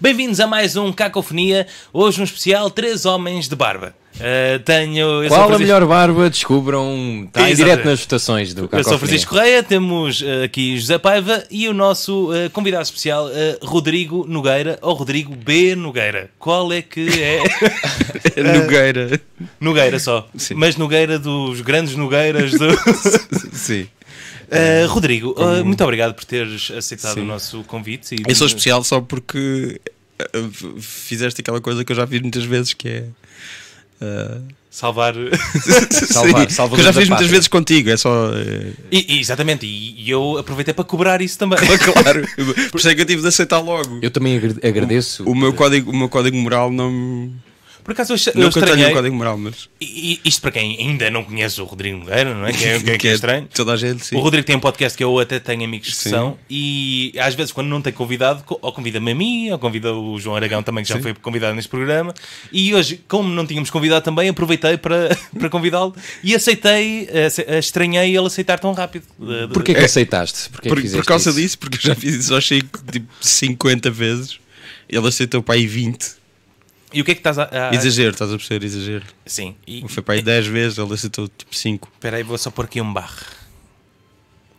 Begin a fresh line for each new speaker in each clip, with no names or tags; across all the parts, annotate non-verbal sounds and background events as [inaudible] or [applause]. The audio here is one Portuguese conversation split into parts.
Bem-vindos a mais um Cacofonia. Hoje um especial Três Homens de Barba. Uh, tenho. eu sou
Qual a
Francisco-
melhor barba? Descubram. Está aí
Exatamente.
direto nas votações
Eu
do
sou
Cacofonia. [laughs]
Francisco Correia, temos eh, aqui José Paiva e o nosso eh, convidado especial, eh, Rodrigo Nogueira, ou Rodrigo B. Nogueira. Qual é que é?
[laughs]
Nogueira.
Nogueira só.
Sim.
Mas Nogueira dos grandes Nogueiras
[laughs]
do.
Sim.
Eh, Rodrigo, eh, muito obrigado por teres aceitado o nosso convite. E...
Eu sou especial só porque uh, f- fizeste aquela coisa que eu já fiz muitas vezes que é. uh,
[laughs]
Salvar.
Salvar-
Sim,
salvador
que eu já
da
fiz muitas
pátria.
vezes contigo, é só. uh,
E- e, exatamente, e, e eu aproveitei para cobrar isso também.
[laughs] claro, por isso é que eu tive de aceitar logo.
Eu também agra- agradeço.
O meu código, o meu código moral não.
Por acaso eu, esta- eu
Não que eu tenha um
estranhei.
código moral, mas.
e- e- isto para quem ainda não conhece o Rodrigo Nogueira, não é? Que é,
[laughs]
que é, que é estranho.
Toda a gente, sim.
O Rodrigo tem um podcast que eu até tenho amigos que
Sim.
são, e às vezes, quando não tem convidado, co- ou convida-me a mim, ou convida o João Aragão também, que já foi convidado neste programa. E hoje, como não tínhamos convidado também, aproveitei para, [laughs] para convidá-lo e aceitei, ace- estranhei ele aceitar tão rápido. De- de-
Porquê que aceitaste? Porquê
por,
que
por
fizeste
causa
isso?
disso, porque eu já fiz isso, aos Chico tipo 50 vezes. Ele aceitou para aí 20.
E o que é que estás a. a-
Exagero, estás a perceber? Exagero.
Sim. E,
Foi para aí 10 vezes, ele aceitou tipo 5.
Espera aí, vou só pôr aqui um barro.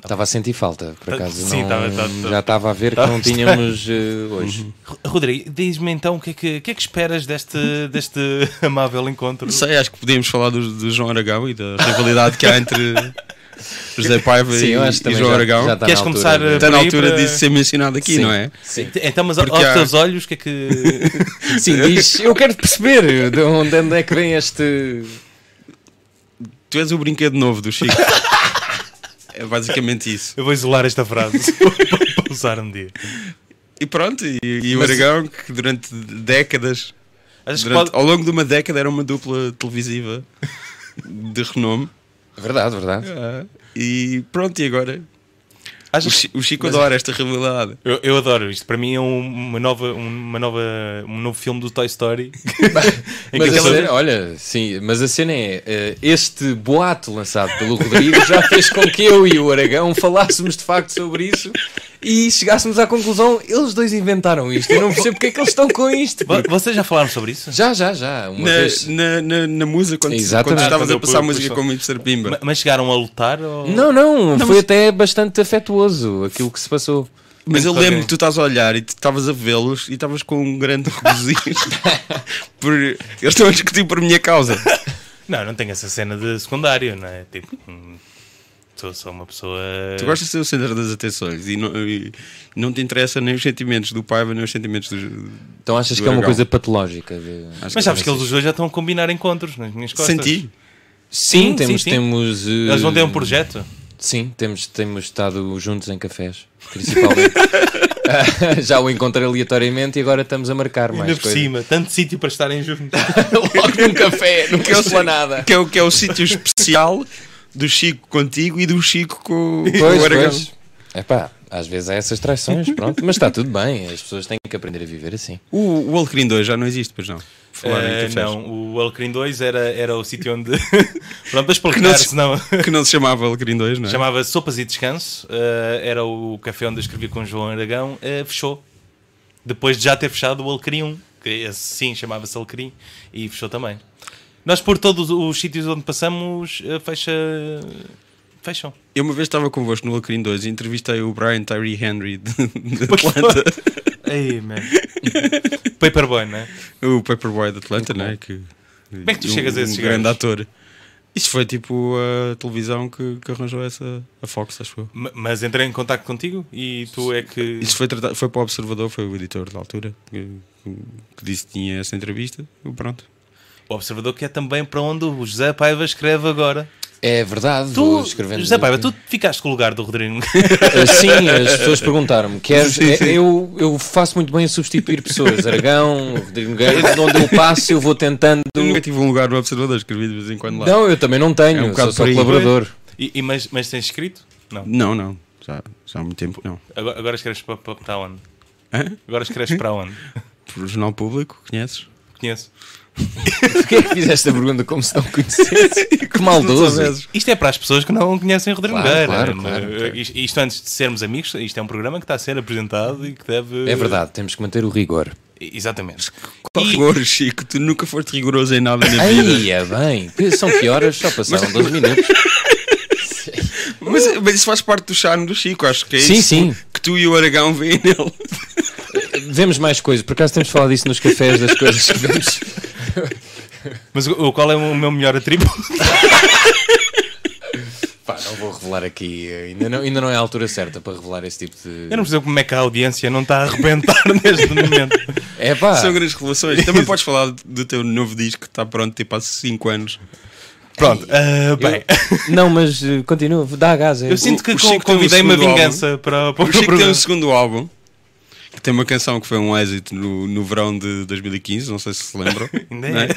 Estava a sentir falta, por acaso.
Sim,
não-
tava- tava- Uhum.
já estava a ver que não tínhamos eh, hoje.
Ro- Rodrigo, diz-me então o que é que, o que, é que esperas deste, deste [laughs] amável encontro?
Não sei, acho que podíamos falar do, do João Aragão e da rivalidade que
[laughs]
há entre José Paiva
Sim,
e,
eu acho que
e
também
João
já,
Aragão.
já está
Queres
na altura
começar,
de-
Está na
Por aí
altura
para-
disso ser mencionado aqui,
Sim.
não é?
Sim.
Então, mas a-
Porque
aos
há-
teus olhos, o que é que.
[laughs]
Sim, diz, eu quero perceber de onde onde é que vem este.
Tu és o brinquedo novo
[laughs]
do Chico. é basicamente isso.
Eu vou isolar esta frase [laughs] para para usar um dia.
E pronto, e, e o Aragão, que durante décadas,
Achas que
durante-
pode-
ao longo de uma década, era uma dupla televisiva
[laughs]
de renome.
Verdade, verdade.
Ah, E pronto, e agora? O
achas-
Chi- O Chico adora esta rivalidade.
eu, eu adoro isto. Para mim é um- uma nova, uma nova, um novo filme do Toy
[laughs]
Story. [laughs] em que
Mas a
aquela-
cena, olha, sim, mas a cena é eh, este boato lançado pelo Rodrigo já fez com que eu e o Aragão falássemos de facto sobre isso e chegássemos à conclusão, eles dois inventaram isto. Eu não percebo porque é que eles estão com isto.
Vo- Vocês já falaram sobre isso?
Já, já, já, uma
Na,
vez.
na, na, na música, quando,
Exatamente.
quando estavas
Quando eu
a passar
pus-
música
pus-
com o Mr. Pimba.
Ma- Mas chegaram a lutar? Ou...
Não, não, foi até bastante afetuoso aquilo que se passou.
Mas eu
Ok.
lembro que tu estás a olhar e tu estavas a vê-los e estavas com um grande
[laughs]
regozijo. por... Eles estão a discutir por minha causa.
Não, não tenho essa cena de secundário, não é? Tipo, hum, sou só uma pessoa.
Tu gostas de ser o centro das atenções e não, e não te interessa nem os sentimentos do Paiva, nem os sentimentos dos.
Então achas
Do
que é uma
Aragão.
coisa patológica? de-
Acho
Mas sabes que
é
eles os dois já estão a combinar encontros nas minhas
assim.
costas.
Senti.
Sim,
Sim,
temos,
sim, sim.
temos. eh,
Eles vão ter um projeto.
Sim, temos, temos estado juntos em cafés, principalmente. [laughs] Ah, Já o encontrei aleatoriamente e agora estamos a marcar mais
Ainda por
coisas.
cima, tanto sítio para estarem juntos.
[laughs] Logo num café, nunca
é o-
esplanada.
[laughs] Que é o, que é o sítio especial do Chico contigo e do Chico com, com
Pois,
o Aragão.
pois. Epá, às vezes há essas traições, pronto, mas está tudo bem, as pessoas têm que aprender a viver assim.
O, o Alecrim 2 já não existe, pois não. Falar em
Eh,
cafés.
não, o Alecrim 2 era, era o sítio
[laughs]
onde. Pronto, para
Que não
explicar,
se-
senão.
Que [laughs] não se chamava Alecrim 2, não é?
Chamava Sopas e Descanso, eh, era o café onde eu escrevi com o João Aragão, eh, fechou. Depois de já ter fechado o Alecrim 1, que esse sim chamava-se Alecrim, e fechou também. Nós, por todos os sítios onde passamos, eh, fecha.
[laughs]
fecham.
Eu uma vez estava convosco no Alecrim 2 e entrevistei o Brian Tyree Henry de, de Atlanta.
[laughs] Ei, man. Paperboy, não é?
O Paperboy de Atlanta, né? Que, Como
é que tu chegas a esses
Um grande
gajos?
ator. Isso foi tipo a televisão que, que arranjou essa. A Fox, acho eu.
Ma- Mas entrei em contato contigo e tu é que.
Isso foi, tratado- foi para o Observador, foi o editor da altura que, que disse que tinha essa entrevista. E Pronto.
O observador que é também para onde o José Paiva escreve agora.
É verdade, vou
Tu,
escrevendo.
José Paiva,
[laughs]
tu ficaste com o lugar do Rodrigo.
Ah, Sim, as pessoas perguntaram-me. Queres...
Sim, sim.
é, Eu, eu faço muito bem a substituir pessoas. Aragão, Rodrigo Nogueira, de onde eu passo, eu vou tentando.
Eu nunca tive um lugar no Observador, escrevi de vez em quando lá.
Não, eu também não tenho,
É um
sou
bocado
só
por aí.
colaborador.
E, e mas, mas tens escrito? Não.
Não, não. Já, já há muito tempo que não.
Agora, agora escreves para, para, para onde?
Hã?
Agora escreves para onde?
Por Jornal Público, conheces?
Conheço.
Porquê é que fizeste esta pergunta como se
[laughs]
não conhecesse? Que maldoso.
soubesses.
Isto é para as pessoas que não conhecem o Rodrigo Nogueira.
Claro, claro, claro,
Eh,
claro.
Isto, isto antes de sermos amigos, isto é um programa que está a ser apresentado e que deve.
É verdade, temos que manter o rigor.
Exatamente.
Que Horror, Chico, tu nunca foste rigoroso em nada na vida.
Aí é bem. São que horas? Só passaram 12 minutos.
[laughs] Mas, mas isso faz parte do charme do Chico, acho que é
Sim,
isso
sim.
que tu e o Aragão veem nele.
Vemos mais coisas. Por acaso temos falado disso nos cafés das coisas que vemos.
Mas o, o- qual é o meu melhor atributo? [laughs]
Pá, não vou revelar aqui. Ainda não, ainda não é a altura certa para revelar esse tipo de.
Eu não percebo como é que a audiência não está a arrebentar [laughs] neste momento.
É pá.
São grandes revelações. Também podes falar do teu novo disco que está pronto tipo há 5 anos.
Pronto, ah,
Eu-
bem.
[laughs] Não, mas eh, continua. Dá a gás. é.
Eu sinto que
o
con-
Chico tem um
convidei uma
segundo álbum.
vingança para, para
O Chico tem
programa.
um segundo álbum que tem uma canção que foi um êxito no, no verão de 2015, não sei se
[laughs]
se lembram.
Ainda é.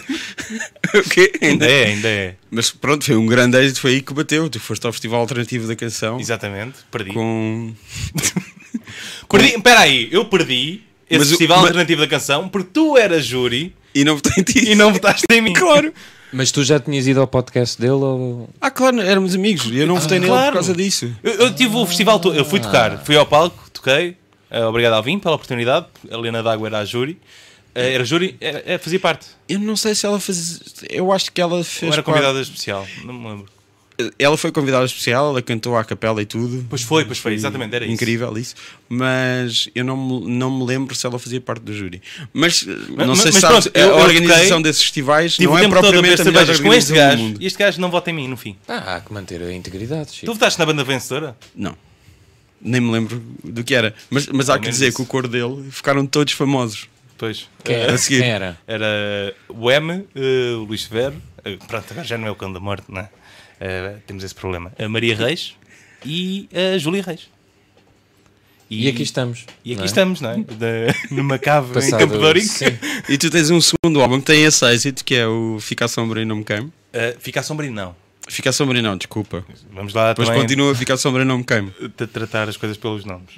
não [laughs] O quê? Ainda
Ainda
é.
é, ainda é.
Mas pronto, foi um grande êxito, foi aí que bateu. Tu foste ao Festival Alternativo da Canção
Exatamente, perdi.
com.
Perdi, espera aí, eu perdi esse
Mas o-
festival
mas-
alternativo da canção porque tu eras júri
E não votei em ti.
e não votaste em mim.
[laughs] Claro.
Mas tu já tinhas ido ao podcast dele ou.
Ah, claro, éramos amigos. E eu não votei nele
Ah, claro.
por causa disso.
Eu, eu tive o festival todo, eu fui tocar, fui ao palco, toquei. eh, obrigado, Alvin, pela oportunidade. A Helena D'Água era a júri. Eh, era júri, era- era- fazia parte.
Eu não sei se ela fez. Eu acho que ela
Ou
fez.
era
parte-
convidada especial, não me lembro.
Ela foi convidada especial, ela cantou à capela e tudo.
Pois foi, pois foi, exatamente, era isso.
Incrível isso. Mas eu não me, não me lembro se ela fazia parte do júri. Mas eh, não
mas-
sei se
mas
sabes,
pronto, eu-
a
eu
organização
toquei,
desses festivais
Tive
não
o
é
tempo todo a beber
propriamente a melhor
cervejas com este
organização do
gajo
mundo.
e este gajo não vota em mim, no fim.
Ah, há que manter a integridade,
Tu
Chico.
votaste na banda vencedora?
Não. Nem me lembro do que era. Mas, mas há
Pelo
que
menos
dizer
isso.
que o cor dele ficaram todos famosos.
Pois.
Quem era?
a seguir.
Quem era?
Era o M, eh, o Luís Severo, eh, pronto, agora já não é o cão da morte, não é? Eh, temos esse problema. A Maria Reis e a Júlia Reis.
E aqui estamos.
E aqui
não é?
estamos, não é?
[laughs]
Da- numa cave
Passado-
em Campo de Ourique.
Sim.
E tu tens um segundo álbum que tem esse êxito, que é o Fica Sombra e Não Me Queimo.
Eh, fica a sombra e não.
Fica Sombra e Não, desculpa.
Vamos lá
Depois
também é.
continua Fica Sombra e Não Me Queimo.
tra- tratar as coisas pelos nomes.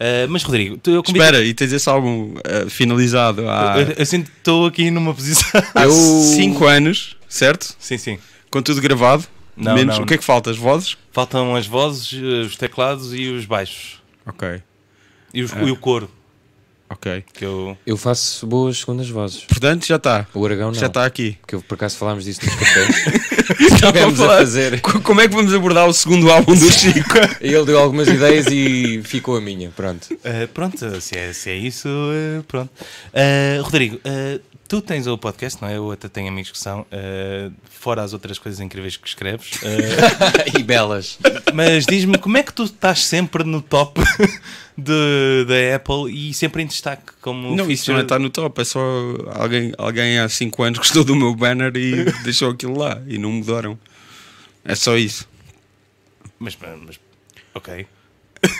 Eh, mas Rodrigo, tu, eu convido...
Espera, e tens esse álbum eh, finalizado há
Eu, eu sinto que estou aqui numa posição... [laughs]
há
eu-
cinco anos, certo?
sim, sim.
Com tudo gravado.
Não,
menos,
não.
O que é que falta? As vozes?
Faltam as vozes, eh, os teclados e os baixos.
Ok,
E,
Ah.
os- e o coro,
ok.
que eu...
Eu faço boas segundas vozes.
Portanto, já está.
O Aragão não.
Já tá. está [laughs] aqui.
Porque eu, por acaso falámos disso nos
[laughs]
cafés.
Estávamos
Estivemos a fazer.
Como é que vamos abordar o segundo álbum [laughs] do Chico?
E ele deu algumas ideias e ficou a minha. Pronto.
[laughs]
Eh, pronto, se é, se é isso, eh, pronto. Eh, Rodrigo, eh, tu tens o podcast, não é? Eu até tenho amigos que são, eh, fora as outras coisas incríveis que escreves. eh,
e belas.
mas diz-me, como é que tu estás sempre no top [laughs] de- da Apple e sempre em destaque? Como
Não, isso
feature-
não está no top. É só alguém, alguém há 5 anos gostou do meu banner [laughs] e deixou aquilo lá e não mudaram. É só isso.
Mas, mas- ok.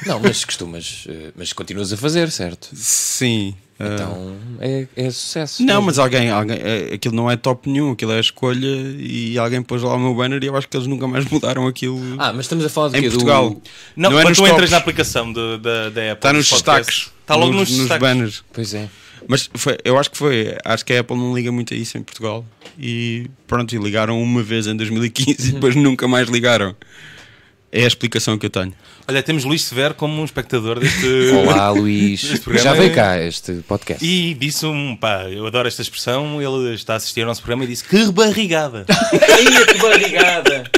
Não, mas costumas. eh, Mas continuas a fazer, certo?
Sim. ah,
Então é, é sucesso.
não,
mesmo.
mas alguém, alguém é- aquilo não é top nenhum, aquilo é a escolha e alguém pôs lá o meu banner e eu acho que eles nunca mais mudaram aquilo.
Ah, mas estamos a falar de
Em
quê? Do-
Portugal.
Não,
Não é
quando
nos
tu entras
tops.
na aplicação do- da, da Apple.
Está nos
podcast,
destaques.
Está logo nos,
Tá nos, nos
destaques.
banners.
Pois é.
Mas foi- eu acho que foi. Acho que a Apple não liga muito a isso em Portugal. E pronto, e ligaram uma vez em 2015 e
Uhum.
depois nunca mais ligaram. É a explicação que eu tenho.
Olha, temos Luís Severo como um espectador
[laughs]
deste.
Olá, Luís.
programa
Já veio
é-
cá este podcast.
E disse um, pá, eu adoro esta expressão, ele está a assistir ao nosso programa e disse que
[laughs]
barrigada.
Ia que barrigada!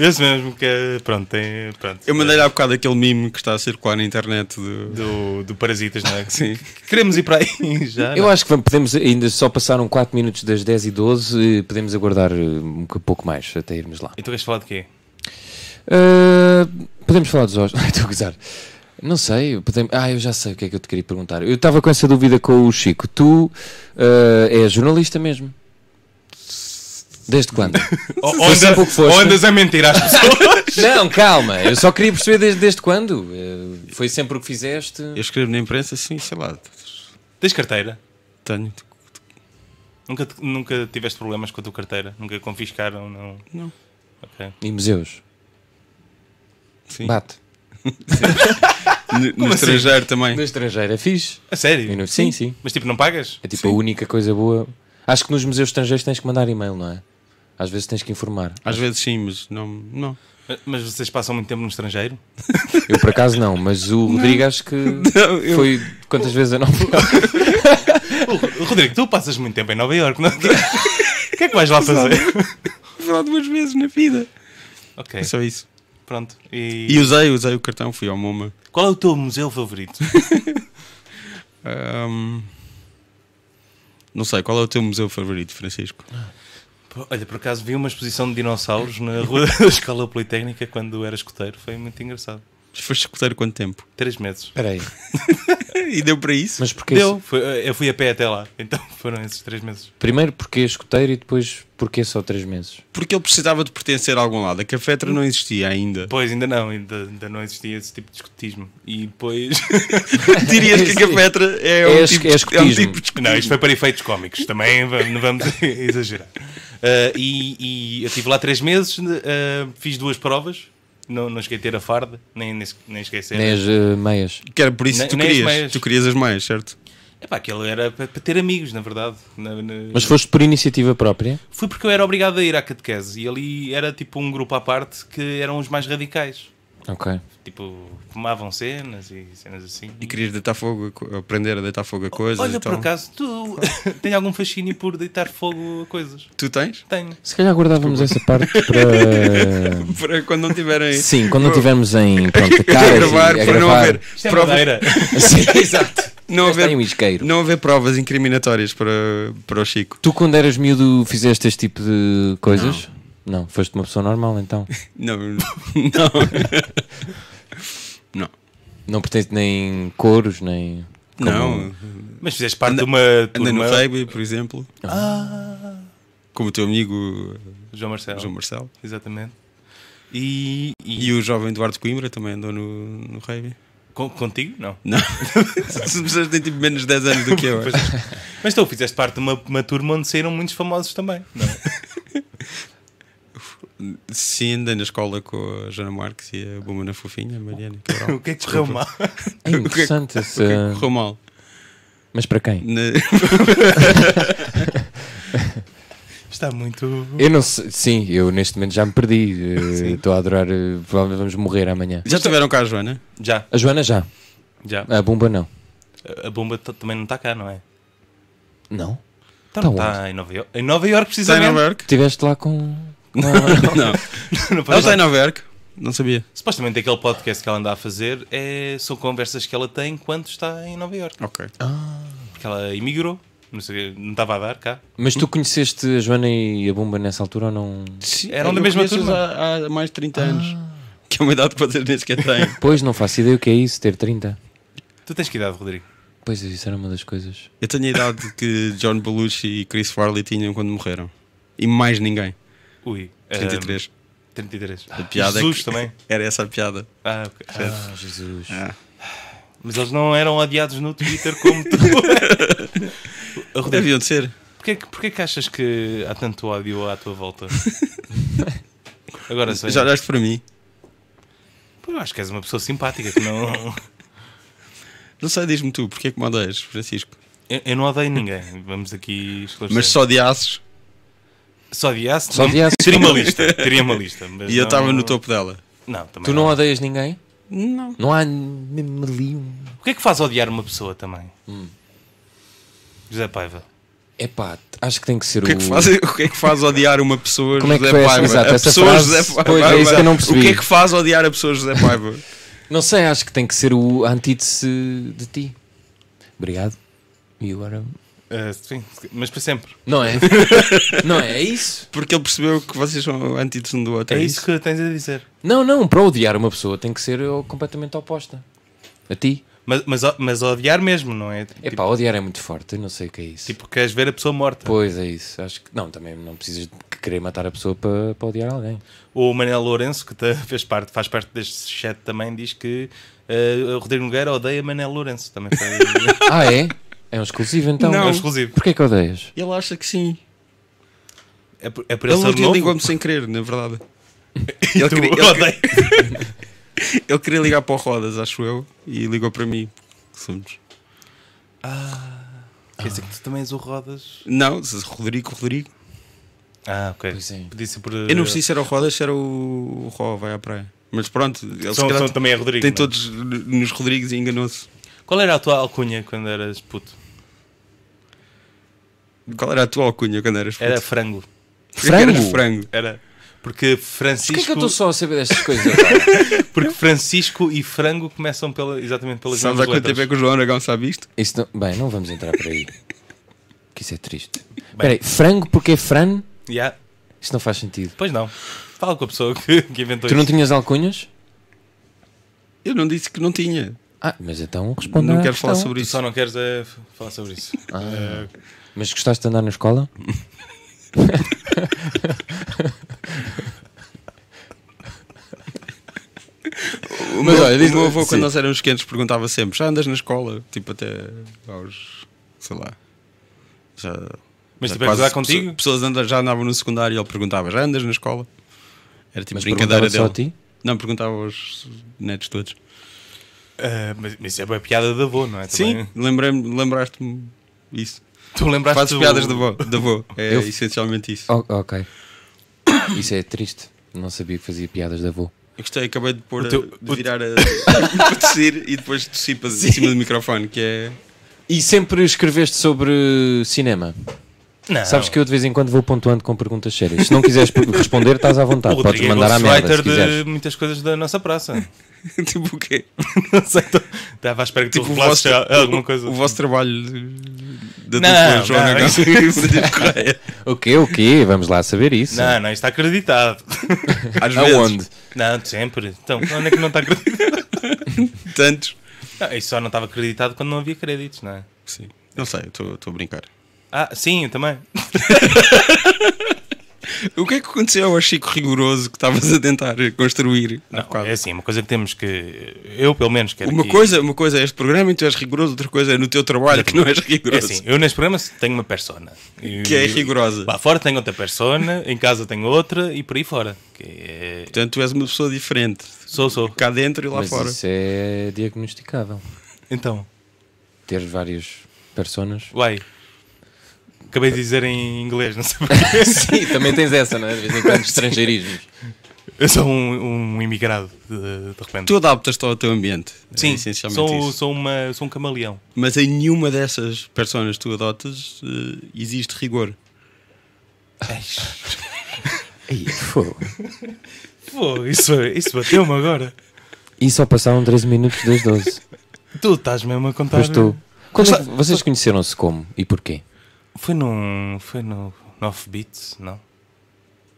Esse mesmo que, é, pronto, tem, pronto.
Eu mandei-lhe há bocado aquele meme que está a circular na internet. de-
Do, do Parasitas, não é? Que
Sim.
Queremos ir para aí [laughs]
tá
já.
Eu
não? é?
acho que vamos- podemos, ainda só passaram 4 minutos das 10 e 12, eh, podemos aguardar eh, um co- pouco mais até irmos lá.
E tu queres falar de quê?
Ah, podemos falar dos [laughs] Oscars? Estou a gozar. Não sei, podemos... ah, eu já sei o que é que eu te queria perguntar. Eu estava com essa dúvida com o Chico. Tu ah, és jornalista mesmo? Desde [laughs] quando?
Ou, ou
Foi
andas,
sempre o que foste. né?
ou andas a mentir às pessoas? [laughs]
Não, calma, eu só queria perceber desde, desde quando. Ah, foi sempre o que fizeste?
Eu escrevo na imprensa, sim, sei lá.
Tens carteira?
Tenho.
Nunca, te- nunca tiveste problemas com a tua carteira? Nunca confiscaram? Não.
Não.
Ok.
E museus?
Sim.
Bate. assim?
No, no estrangeiro também.
No estrangeiro é fixe?
A sério?
E no- Sim, sim.
Mas tipo, não pagas?
É tipo a única coisa boa. Acho que nos museus estrangeiros tens que mandar e-mail, não é? Às vezes tens que informar.
Às vezes sim, mas não. não.
Mas vocês passam muito tempo no estrangeiro?
[laughs]
Eu por acaso não, mas o Rodrigo acho que
Não, eu-
foi quantas vezes a não
O- Rodrigo, tu passas muito tempo em Nova Iorque, não é? O que é que vais lá fazer?
Fui lá duas vezes na vida.
ok,
É só isso.
pronto.
E
E
usei, usei o cartão, fui ao MoMA.
qual é o teu museu favorito?
Ahm, não sei, qual é o teu museu favorito, Francisco?
Pô, Olha, por acaso vi uma exposição de dinossauros na rua da Escola Politécnica quando era escoteiro. Foi muito engraçado.
Foste escutar quanto tempo?
Três meses.
Espera aí.
É, E deu para isso?
Mas porquê?
Deu. Foi- eh, eu fui a pé até lá. Então [laughs] foram esses três meses.
Primeiro porque escoteiro e depois porque só 3 meses.
Porque ele precisava de pertencer a algum lado. A cafetra não existia ainda.
Pois, ainda não. Ainda, ainda não existia esse tipo de escotismo. E depois...
[laughs] Dirias que a [laughs] cafetra é,
É
um,
es-
tipo,
é
de- é um tipo
escotismo.
de
Não, isto foi para efeitos cómicos, também va- não vamos [laughs] exagerar. Ah, e, e eu estive lá três meses, ah, fiz duas provas, não, não cheguei a ter a farda, nem, nem, nem esqueci.
É.
Nem as eh, meias.
Que era por isso
Nem-
que tu
nem as
querias.
meias.
Tu querias as mais, certo?
Epá, aquilo era para para ter amigos, na verdade. Na- na-
Mas foste por iniciativa própria?
Foi porque eu era obrigado a ir à catequese e ali era tipo um grupo à parte que eram os mais radicais.
Ok.
Tipo, fumavam cenas e cenas assim.
E querias deitar fogo, a co- aprender a deitar fogo a coisas. então.
Olha,
e
por
tal.
acaso, tu [laughs] tens algum fascínio por deitar fogo a coisas?
Tu [laughs] tens?
Tenho.
Se calhar guardávamos essa
[laughs]
parte para.
Para quando não [laughs] tiverem.
Sim, quando não estivermos em. Pronto, a
[laughs] a
cara,
gravar,
assim, a
para não
gravar.
haver
Isto é
provas,
madeira.
[laughs]
[laughs]
Sim, exato.
não
Já está
[laughs] haver,
em um isqueiro.
não haver provas incriminatórias para, para o Chico.
Tu, quando eras miúdo, fizeste este tipo de coisas? Não, foste uma pessoa normal
[laughs]
então.
Não, não. não.
Não pertence nem coros,
[laughs]
nem. como-
Não.
Mas fizeste parte
Anda-
de uma
Andei no
turma-
rugby, por exemplo.
Ah.
Como o teu amigo
João Marcelo.
João Marcelo.
Exatamente. E, e-
E o jovem Eduardo Coimbra também andou no, no
[laughs]
rugby.
con- contigo? Não.
Não. As pessoas têm tipo menos de 10 anos do que eu. é.
Pois- Mas tu fizeste parte de uma, uma turma onde saíram muitos famosos também.
[laughs]
Não. é?
Sim, andei na escola com a Jana Marques e a Bumana Fofinha, a Mariana
[laughs]
Cabral.
o que é que correu mal?
É interessante
O que é que
essa.
correu mal?
Mas para quem?
Na-
[laughs] Está muito.
Eu não sei. Sim, eu neste momento já me perdi. [laughs] eh, Estou a adorar. eh, Provavelmente vamos morrer amanhã.
Já tiveram cá a Joana?
Já,
A Joana já.
já.
A Bumba não.
A- A bomba t- também não está cá, não é?
Não?
Então
Tá
não está em Nova York. Em Nova York,
Está Tá em
precisamente.
Nova York?
Estiveste lá com. com a-
[laughs] Não.
[laughs] Não
Ela
faz
está em
nada.
Nova York? Não sabia.
Supostamente aquele podcast que ela anda a fazer é, são conversas que ela tem enquanto está em Nova York.
Ok.
Porque ela emigrou, não, sei, não estava a dar cá.
Mas tu conheceste a Joana e a Bumba nessa altura ou não?
Eram da mesma turma. Ah.
Há, há mais de 30 anos. Que é uma idade que vocês nem sequer têm.
Pois, não faço ideia o que é isso, ter 30.
Tu tens que idade, Rodrigo?
Pois, isso era uma das coisas.
Eu tenho a idade que John Belushi e Chris Farley tinham quando morreram. E mais ninguém.
Ui. ehm,
33.
ahm, 33.
a piada é
Jesus
que-
também.
[laughs] Era essa a piada.
Ah, ok. Ah,
Ah, Jesus.
Mas eles não eram odiados no Twitter como
[laughs]
tu. Oh, Rodrigo,
Deviam de ser.
porquê, que- porquê que achas que há tanto ódio à tua
[laughs]
volta? Agora sei.
Já olhaste para mim.
Pô, eu acho que és uma pessoa simpática que não.
Não sei, diz-me tu, porque é que me odeias, Francisco?
Eu, eu não odeio ninguém. Vamos aqui esclarecer.
Mas só de aços
Só odiasse?
Só
não-
odiasse.
Teria uma lista. Teria uma lista. mas
e eu
não-
estava no topo dela.
Não, também.
Tu não odeias ninguém?
Não.
Não há mesmo ali um.
O que é que faz odiar uma pessoa também?
Hum.
José Paiva.
Epá, acho que tem que ser o.
O que é que faz, o que é que faz odiar uma pessoa
Como é que
José
foi essa-
Paiva?
exato,
a
essa
pessoa
frase,
José Paiva.
pois, é isso que eu não
O
percebi.
que é que faz odiar a pessoa José Paiva?
Não sei, acho que tem que ser o a antítese de ti. Obrigado. You are a...
Ah, sim, mas para sempre.
Não [laughs] é? não é? É isso?
Porque ele percebeu que vocês são antídotos um do outro.
É isso que tens a dizer.
Não, não, para odiar uma pessoa tem que ser o- completamente oposta a ti.
Mas, mas, mas odiar mesmo, não é? Tipo,
Epá, odiar é muito forte, eu não sei o que é isso.
tipo, queres ver a pessoa morta.
Pois é isso, acho que. Não, também não precisas de querer matar a pessoa para, para odiar
[laughs]
alguém.
O Manel Lourenço, que tá- fez parte, faz parte deste chat também, diz que eh, o Rodrigo Nogueira odeia Manel Lourenço. Também
[laughs]
foi
Ah, é? É um exclusivo então?
é um
Não.
exclusivo.
Porquê que odeias?
Ele acha que sim.
É por, é por ele
Ele
ser
ontem
novo?
ligou-me sem querer, na verdade.
[laughs] E
Ele
tu [laughs]
queria- ele
odeias.
Ele queria ligar para o Rodas, acho eu, e ligou para mim. Somos. Ah.
Quer dizer que tu também és o Rodas?
Não, se- Rodrigo, Rodrigo.
Ah, ok.
Pois é.
Podia ser por... eh,
Eu não sei se era o Rodas, se era o o Ró, vai à praia. Mas pronto, ele se
São,
calhar
são também é Rodrigo.
tem
não é?
todos nos Rodrigues e enganou-se.
Qual era a tua alcunha quando eras puto?
Qual era a tua alcunha quando eras
Era
puto? [laughs]
frango.
Porquê que eras
Frango?
frango.
Era. Porque
Porquê é que eu
Francisco,
estou só a saber
[laughs]
destas coisas agora?
porque Francisco e Frango começam pela, exatamente pelas
Sabes há
mesmas
quanto tempo é
letras.
que o João Aragão sabe isto?
Isso não- Bem, não vamos entrar por aí. Que isso é triste. Espera aí, frango porque é fran?
Yeah.
Isso não faz sentido.
Pois não. Fala com a pessoa que, que inventou
Tu não
isso.
tinhas alcunhas?
Eu não disse que não tinha.
Ah, mas então responde
não
à
quero falar
questão.
sobre
Tu
isso.
só não queres é, f- falar sobre isso.
Mas gostaste de andar na escola?
Tipo O
Mas
meu,
olha, diz-
o meu avô,
sim.
quando nós éramos pequenos, perguntava sempre: já andas na escola? Tipo, até aos. sei lá. Já,
Mas
já
tipo, é
quase
gozar
pessoa-
contigo?
Pessoas anda- já andavam no secundário e ele perguntava: já andas na escola? Era tipo
Mas
brincadeira
perguntava-te só
dele.
a ti?
Não, perguntava aos netos todos.
Ah, mas, mas isso é boa piada da avô, não é? Também?
Sim, lembrei-me- lembraste-me isso.
Tu lembraste
Fazes
do-
piadas da avó. Da avó. É
Eu-
essencialmente isso.
Oh, ok. Isso é triste. Não sabia que fazia piadas da avó.
Eu gostei, acabei de pôr,
O teu-
a- de
o
[laughs]
virar a. [laughs] para tossir e depois tossi para em cima do microfone, que é. [laughs]
E sempre escreveste sobre cinema.
Não.
Sabes que eu de vez em quando vou pontuando com perguntas sérias. Se não quiseres responder, estás
[laughs]
à
o
vontade. tá, Podes
Rodrigo é
mandar à merda se
ghostwriter
quiseres.
de muitas coisas da nossa praça.
tipo o quê?
não sei. tô- Estava à espera que tu
Tipo, o
revelasses
vosso,
é alguma coisa. assim.
o vosso trabalho da
Não,
tua João
não,
Aragão [laughs]
isso- é
e Francisco Correia.
O quê? O quê? Vamos lá saber isso.
Não, não, isto está acreditado.
Às vezes,
Aonde?
Não, sempre. Então, onde é que não está acreditado? [laughs]
tantos.
Não, isso só não estava acreditado quando não havia créditos, não é?
Sim. Não sei, eu estou estou a brincar.
Ah, sim, eu também.
O que é que aconteceu ao Chico rigoroso que estavas a tentar construir? há
Não,
bocado?
é assim, uma coisa que temos que. Eu, pelo menos, quero.
Ah, uma,
que-
coisa, uma coisa é este programa e tu és rigoroso, outra coisa é no teu trabalho que não és
É
rigoroso.
assim, eu neste programa tenho uma persona. E-
Que é rigorosa.
Lá fora tenho outra persona, em casa tenho outra e por aí fora. Que é-
Portanto, tu és uma pessoa diferente.
Sou, sou.
Cá dentro e lá
Mas
fora.
isso é diagnosticável.
Então,
Ter várias [laughs] personas.
uai. Acabei de dizer em inglês, não
[laughs]
sei porquê.
Sim, também tens essa, não é? De vez em [laughs] quando, estrangeirismos.
Eu sou um, um imigrado, de, de repente.
Tu adaptas-te ao teu ambiente. é
Sim,
essencialmente
sou,
isso.
sou, uma, sou um camaleão.
Mas em nenhuma dessas personas que tu adotas eh, existe rigor.
Ei, fogo.
Pô, isso, isso bateu-me agora.
E só passaram 13 minutos das 12.
Tu estás mesmo a contar.
Pois estou. Quando é que vocês conheceram-se como e porquê?
Foi num. Foi no. no Offbeat, não?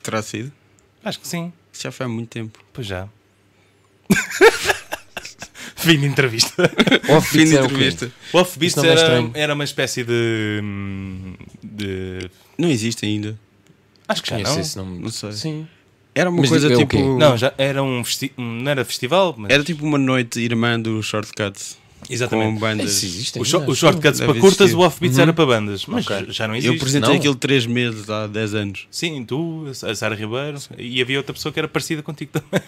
Terá sido?
Acho que sim.
Isso já foi há muito tempo.
Pois já. [laughs] Fim de entrevista.
Ou
Fim de
fizeram o quê?
entrevista.
O Offbeat
Isso não é
era,
estranho.
era uma espécie de. hum, de-
Não existe ainda.
Acho que já
Conheço
não.
esse nome.
Não sei.
Sim.
Era uma
Mas
coisa
digo, é o
tipo.
quê?
Não, já era um festi- um- Não era festival, mas.
Era tipo uma noite irmã do Shortcut. Com
Exatamente.
bandas.
Isso existe
Os
ainda,
shortcuts
acho
para
eu.
Deve
curtas,
existir.
o Offbeats era para bandas. Mas
Ok.
já não
Eu
existe.
apresentei
Não.
aquilo 3 meses há 10 anos.
Sim, tu, a Sara Ribeiro. E havia outra pessoa que era parecida contigo também.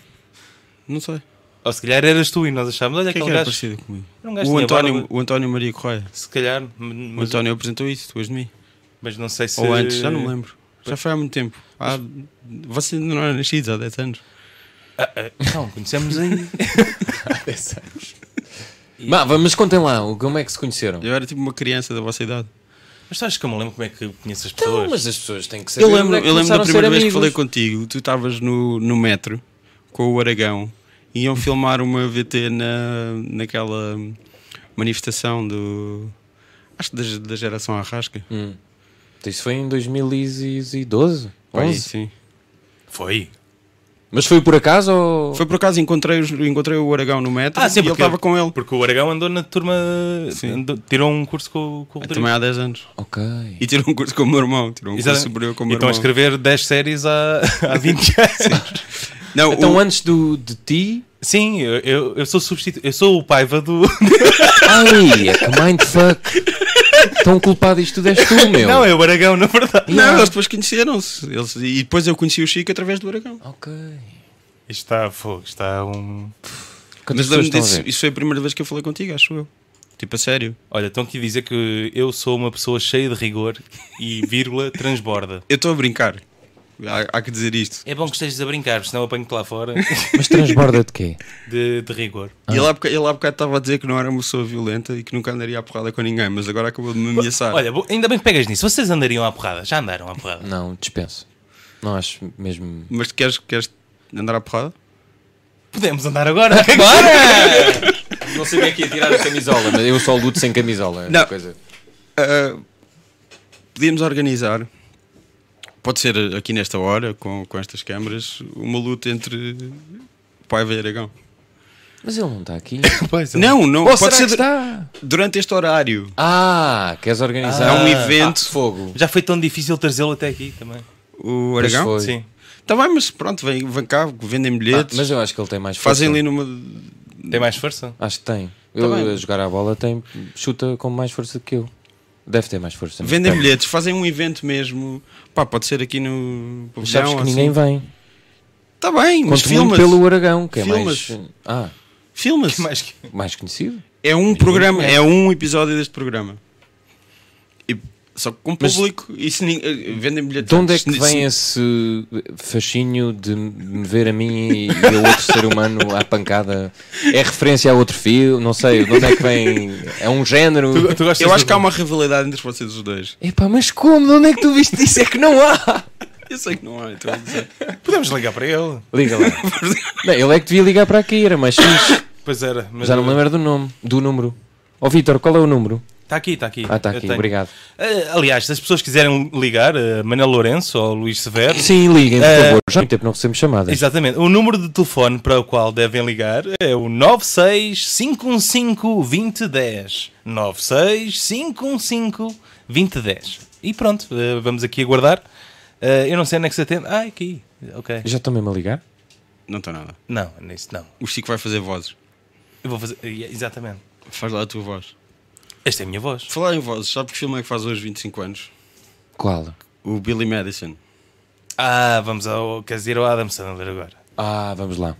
Não sei.
Ou se calhar eras tu e nós achávamos. Olha,
O que é que
aquele
era
gajo.
parecido comigo?
Era um gajo
o,
que tinha
António,
barba.
o António Maria Correia.
Se calhar,
O
mas,
António apresentou isso depois de mim.
mas não sei se.
Ou antes, já não me lembro. Já foi há muito tempo. Há... Você ainda não era nascido há 10 anos.
Não, conhecemos ainda.
[laughs] Mas, mas contem lá, o- como é que se conheceram?
Eu era tipo uma criança da vossa idade.
Mas tu achas que eu me lembro como é que eu conheço as pessoas?
Então, mas as pessoas têm que saber.
Eu lembro,
onde é que
eu lembro da
começaram a ser
primeira vez que
amigos.
falei contigo, tu estavas no, no metro com o Aragão e iam filmar uma VT na, naquela manifestação do. Acho que da, da geração Arrasca.
Hum. Então, Isso foi em 2012?
Foi,
11?
sim.
Foi.
Mas foi por acaso ou.
Foi por acaso encontrei, os- encontrei o Aragão no metro
Ah, sim,
e ele
porque-
estava com ele.
Porque o Aragão andou na turma.
Sim. Ah,
andou- tirou um curso com, com o Rodrigo.
Também há 10 anos.
Ok.
E tirou um curso com o meu irmão. Tirou um curso
Exatamente.
superior com o
E
meu
Então
estão a
irmão.
escrever 10 séries há,
[laughs]
há 20 anos.
Não,
Então
o-
antes do, de ti.
Sim, eu, eu, eu sou substitu... eu sou o paiva
[laughs]
do.
Ai, é que mindfuck. Tão culpado isto tudo
[laughs]
és tu, meu.
Não, é o Aragão, na verdade.
não, eles depois conheceram-se. Eles- E depois eu conheci o Chico através do Aragão.
Ok.
Isto está fogo, isto está um.
Quantas
Mas lembro-me
pessoas estão a
disso-
ver?
isso foi a primeira vez que eu falei contigo, acho eu. Tipo, a sério.
Olha, estão aqui a dizer que eu sou uma pessoa cheia de rigor e, vírgula, transborda.
Eu estou a brincar. Há, há que dizer isto.
É bom que estejas a brincar, porque senão apanho-te lá
[laughs]
fora
Mas transborda de quê?
de, de rigor.
Ah.
E Ele, há bocado, ele há bocado estava a dizer que não era uma pessoa violenta e que nunca andaria à porrada com ninguém, mas agora acabou de me ameaçar.
Olha, bo- ainda bem que pegas nisso. Vocês andariam à porrada? Já andaram à porrada?
Não, dispenso. Não acho mesmo.
Mas tu queres, queres andar à porrada?
Podemos andar
[laughs]
agora.
Bora! Não sabia que ia tirar a camisola, mas eu só luto sem camisola. é uma
Não.
Coisa.
Ah, podíamos organizar, pode ser aqui nesta hora, com, com estas câmaras, uma luta entre Paiva e Aragão.
Mas ele não está aqui.
Não, não,
Ou
[laughs] pode
será
ser
que está?
du- durante este horário.
Ah, queres organizar?
Ah. É um evento.
Ah, fogo.
Já foi tão difícil trazê-lo até aqui também.
O
Pois
Aragão?
foi.
Sim.
Tá bem, mas pronto, vem, vem cá, vendem
Ah,
bilhetes,
mas eu acho que ele tem mais força.
fazem ali numa.
Tem mais força?
Acho que tem. Eu
bem.
a jogar à bola tem, chuta com mais força que eu. Deve ter mais força. mas
Vendem
tem.
bilhetes, fazem um evento mesmo. Pá, pode ser aqui no
Mas sabes
pavilhão.
que ninguém vem.
Está bem, assim. mas
Conto muito
filmas.
pelo Aragão, que é
Filmas.
mais. Ah,
Filmas.
Mais que...
[laughs] mais conhecido?
É um programa, é um episódio deste programa. E- só que com
Mas-
público e se nin- eh, vendem bilhetes.
De onde é que
Se-
vem
se-
esse fascínio de me ver a mim e a outro ser humano à pancada? É referência a outro filme? Não sei, de onde é que vem? É um género?
Tu, tu gostas
Eu acho
do-
que há uma rivalidade entre vocês os dois.
Epá, mas como? De onde é que tu viste isso? É que não há!
Eu sei que não há, estou
[laughs]
a dizer.
um-
Podemos ligar para ele.
Liga lá. Não, ele é que devia ligar para aqui, era mais fixe.
Pois era. Mas
Já não me lembro do nome, do número. Ó Vítor, qual é o número?
Está Tá aqui, está aqui.
Ah, está
Eu
aqui,
tenho.
obrigado.
Eh, aliás, se as pessoas quiserem ligar, eh, Manel Lourenço ou Luís Severo,
Sim, liguem, por
Eh,
favor. Já há muito tempo não recebemos chamadas.
Exatamente. O número de telefone para o qual devem ligar é o 965152010. 965152010. E pronto, eh, vamos aqui aguardar. Eh, Eu não sei onde é que se atende. Ah, aqui. Ok.
Já estão mesmo a ligar?
Não estou nada.
Não, nisso não.
O Chico vai fazer vozes.
Eu vou fazer. eh, Exatamente.
Faz lá a tua voz.
Esta é a minha voz.
Falar em vozes, sabe que filme é que faz hoje 25 anos?
Qual?
O Billy Madison.
Ah, vamos ao. Queres ir ao Adam Sandler agora?
Ah, vamos lá.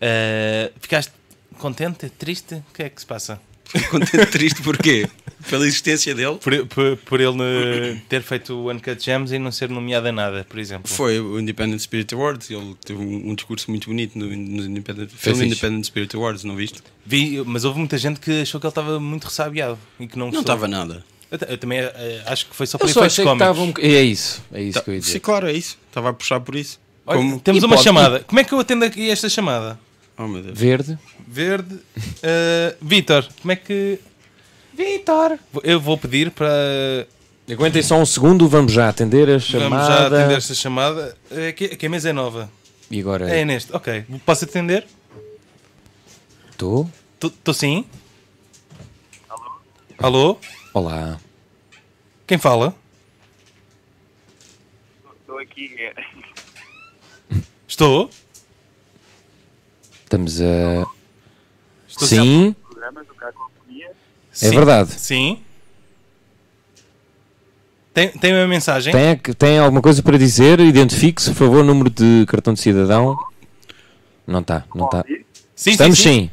Eh, ficaste contente? Triste? O que é que se passa?
Fiquei contente
[laughs]
triste porquê? Pela existência dele.
Por, por, por ele eh, [clears throat] ter feito o Uncut Gems e não ser nomeado a nada, por exemplo.
Foi o Independent Spirit Awards. Ele teve um, um discurso muito bonito no, no Independent,
Foi
filme
fixe.
Independent Spirit Awards, não viste?
Vi, mas houve muita gente que achou que ele estava muito ressabiado e que não
Não
gostou.
estava nada.
Eu, ta- eu também eh, acho que foi só
Eu
para
só
efeitos
achei que
cómicos. Então,
estava um. É isso, é isso que eu ia
Sim,
dizer.
claro, é isso. Estava a puxar por isso.
Olha,
Como-
Temos
E
uma
pode-
chamada. Como é que eu atendo aqui esta chamada?
Oh, meu Deus.
Verde.
Verde. eh, Vítor, como é que.
Vitor!
Eu vou pedir para.
Aguentem só um segundo, vamos já atender a chamada.
Vamos já atender esta chamada. Eh, que, que a mesa é nova.
E agora
É, neste. Ok. Posso atender?
estou?
Estou sim. Alô? Alô?
Olá.
Quem fala?
Estou aqui. é.
Estou?
Estamos a.
Estou
Sim, é
Programas do Cacofonia.
Sim.
verdade.
Sim. Tem, tem uma mensagem?
tem, tem alguma coisa para dizer? Identifique-se, por favor, número de cartão de cidadão. Não está, não está.
Ouvir?
Sim,
Estamos sim.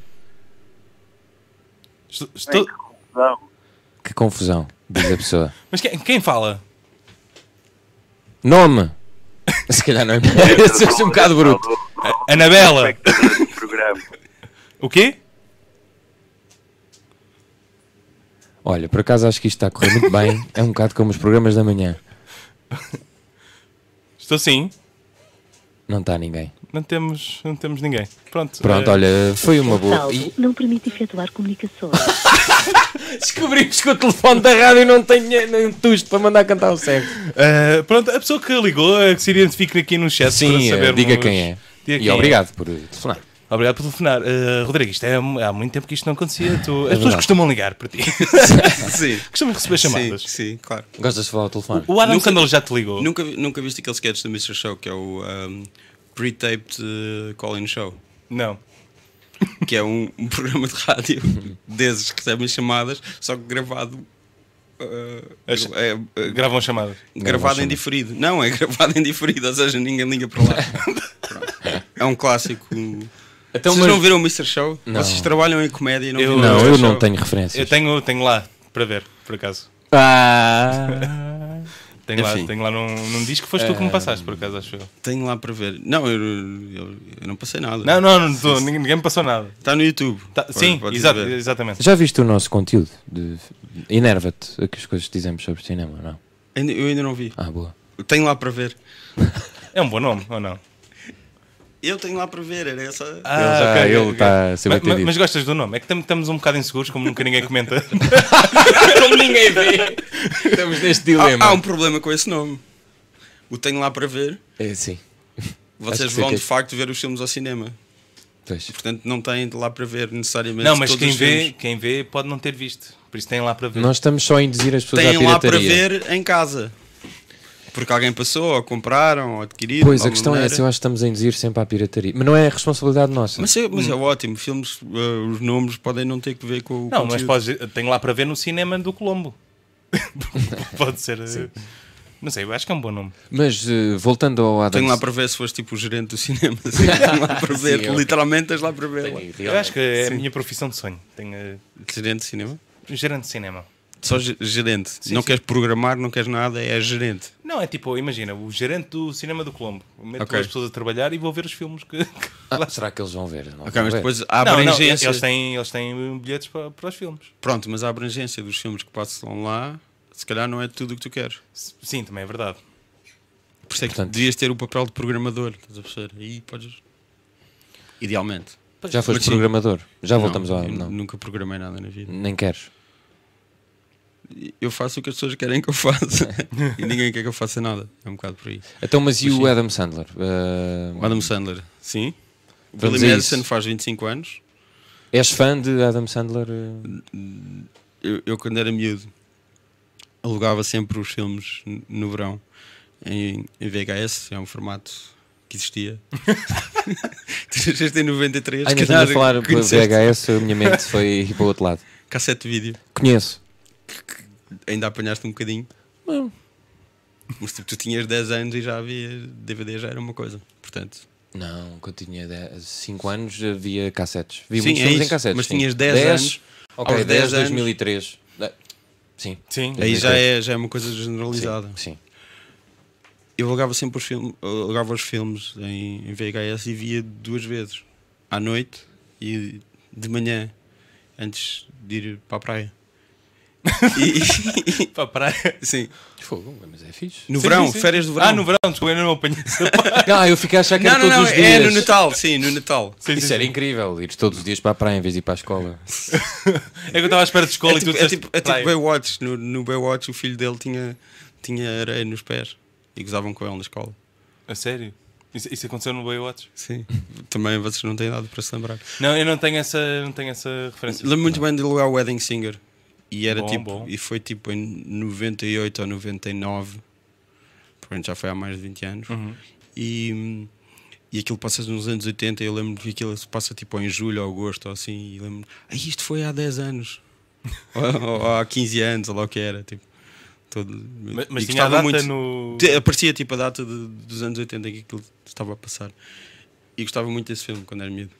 Estou-
Bem,
estou-
que
[laughs]
confusão.
Que confusão, diz a pessoa. [laughs]
Mas quem, quem fala?
Nome! Se calhar não é. Sou um bocado bruto.
A- Anabela.
Espectadores do programa.
O quê?
Olha, por acaso acho que isto está a correr muito bem. É um bocado como os programas da manhã.
Estou sim.
Não está ninguém.
Não temos, não temos ninguém. Pronto.
Pronto,
eh,
olha, foi uma boa.
Salvo,
E
não permite efetuar comunicações.
descobrimos que o telefone da rádio não tem dinheiro nem um tusto para mandar cantar o certo.
eh, pronto, a pessoa que ligou, eh, que se identifique aqui no chat para
Sim, eh,
sabermos-
diga quem é.
Diga
e
quem
obrigado por telefonar.
é. Obrigado por telefonar. Eh, Rodrigo, isto é, há muito tempo que isto não acontecia. Tu- as pessoas
verdade.
costumam ligar para ti.
[laughs]
Sim.
costumam receber chamadas.
Sim, sim, claro.
Gostas de falar ao telefone?
O Adam
Nunca-
Sandler já te ligou.
Nunca, vi- nunca viste aquele sketch do Mr. Show que é o um, pre-taped uh, call-in show,
Não.
que é um, um [laughs] programa
[laughs]
de rádio desses que recebem chamadas, só que gravado. uh,
Acho-
é, uh,
Gravam chamadas.
gravado
chama.
em diferido. Não, é [laughs] gravado em diferido, ou seja, ninguém liga para lá. Pronto. é um clássico.
Então,
Vocês
mas-
não viram o Mr. Show?
Não.
Vocês trabalham em comédia e não
Eu-
viram o
Não,
Mr.
eu
Show?
não tenho referências.
Eu tenho, tenho lá para ver, por acaso.
Ah,
Tenho lá,
Enfim.
tenho lá num, num disco que foste tu que me passaste, por acaso, acho eu.
Tenho lá para ver. Não, eu, eu- eu não passei nada.
Não, não, não tô, ninguém, ninguém me passou nada.
Está no YouTube.
Tá-
Pode-
sim,
podes
exato,
ver.
exatamente.
Já viste o nosso conteúdo? De... Enerva-te a que as coisas que dizemos sobre cinema, não?
Ainda- Eu ainda não vi.
Ah, boa.
Tenho lá para ver.
É um bom nome, ou não?
Eu tenho lá para ver, era essa.
tá-
ok, ok,
ele
ok.
tá a ser
mas,
atendido.
mas- mas gostas do nome? É que tam- estamos um bocado inseguros, como nunca ninguém comenta.
Como ninguém vê, estamos neste dilema.
há, há um problema com esse nome. O tenho lá para ver.
É, sim, Acho
Vocês
que sei
vão
que é.
de facto ver os filmes ao cinema.
pois.
Portanto, não têm de lá para ver necessariamente.
não, mas
todos
quem
os
vê,
filmes.
quem vê pode não ter visto. Por isso tem lá para ver.
Nós estamos só a induzir as pessoas à
têm um lá
pirataria.
para ver em casa. Porque alguém passou, ou compraram, ou adquiriram.
Pois,
de
a
alguma
questão é
maneira.
essa, eu acho que estamos a induzir sempre à pirataria. Mas não é responsabilidade nossa.
Mas, é, mas é ótimo, filmes, eh, os nomes podem não ter que ver com o.
Não, mas
conteúdo.
podes, tenho lá para ver no cinema do Colombo. [laughs] Pode ser. eh, Não sei, eu acho que é um bom nome.
Mas eh, voltando ao Adam.
Tenho lá para ver se foste tipo o gerente do cinema. [laughs]
[laughs]
assim, tenho lá para ver,
Sim, é ok.
literalmente tens lá para ver. lá.
Eu acho que é a minha profissão de sonho. Tenho eh, um
Gerente de cinema?
gerente de cinema.
Só ge- gerente. não
sim.
queres programar, não queres nada, é gerente.
Não, é tipo, imagina, o gerente do cinema do Colombo. Meto
Ok.
as pessoas a trabalhar e vou ver os filmes que. que
Ah, será que eles vão ver? Não
Ok,
vão
mas
ver.
depois [laughs] há
Não, não,
abrangência.
eles têm, eles têm bilhetes para, para os filmes.
Pronto, mas a abrangência dos filmes que passam lá, se calhar não é tudo o que tu queres.
Sim, também é verdade.
Por isso é que
Portanto-
devias ter o papel de programador, estás a perceber? Aí podes. Idealmente.
Já foste
Mas sim.
programador? Já voltamos
não,
ao.
eu
Não.
Nunca programei nada na vida.
Nem queres.
Eu faço o que as pessoas querem que
[laughs]
eu faça e ninguém quer que eu faça nada. É um bocado por aí.
Então, mas e
Mas
o
sim.
Adam Sandler? Eh,
O Adam Sandler, sim. O
Vamos
Billy
a
Madison
isso.
faz 25 anos.
És fã de Adam Sandler? eh?
Eu, eu, quando era miúdo, alugava sempre os filmes n- no verão em, em VHS, é um formato
[laughs]
que existia. [laughs] tu nasceste em 93,
Ai,
se
não
calhar
estamos a falar pela
conheceste
VHS, a minha mente [laughs] foi para o outro lado.
cassete de vídeo.
Conheço.
Ainda apanhaste um bocadinho. Mas tipo, tu tinhas 10 anos e já havia DVD, já era uma coisa. Portanto,
Não, quando eu tinha 5 anos havia cassetes. Vi
Sim,
muitos
é
filmes em
isso,
cassetes.
mas
sim.
tinhas 10 anos.
Ok,
Aos
10,
10 anos.
2003. Ah, Sim.
Sim.
aí já
2003.
é, já é uma coisa generalizada.
Sim.
Eu alugava sempre os filmes, alugava os filmes em, em VHS e via duas vezes, à noite e de manhã, antes de ir para a [laughs] praia. E-
Para a praia.
e- sim,
Fogo, mas é [laughs] fixe.
no
Sim,
verão,
sim, sim.
férias do verão.
Ah, no verão, desculpa, eu não
[laughs]
apanhei essa parte.
Não, Ah, eu fiquei a achar que
não,
era
não,
todos
não,
os
é
dias.
no Natal, sim, no Natal.
Sim, sim,
Isso era
sim.
incrível, ir todos os dias para a praia em vez de ir para a escola.
É que eu estava à espera de escola
É
e tu
tipo, é
disseste
tipo, é tipo
praia.
Baywatch, no, no Baywatch o filho dele tinha, tinha areia nos pés e gozavam com ele na escola.
A sério? Isso, isso aconteceu no Baywatch?
Sim, também vocês não têm nada para se lembrar.
Não, eu não tenho essa, não tenho essa referência.
Lembro muito bem de alugar o Wedding Singer. E era
Bom,
tipo,
bom.
e foi tipo em 98 ou 99, portanto já foi há mais de 20 anos.
Hum. Uhum.
E, e aquilo passa nos anos 80. Eu lembro que aquilo se passa tipo em julho ou agosto ou assim. E lembro, ah, isto foi há 10 anos, [laughs] ou, ou há 15 anos, ou lá o que era. Tipo, todo,
Mas, mas
e
tinha a
gostava
data
muito-
no.
te- Aparecia tipo a data de- dos anos 80 que aquilo estava a passar. E gostava muito desse filme quando era miúdo.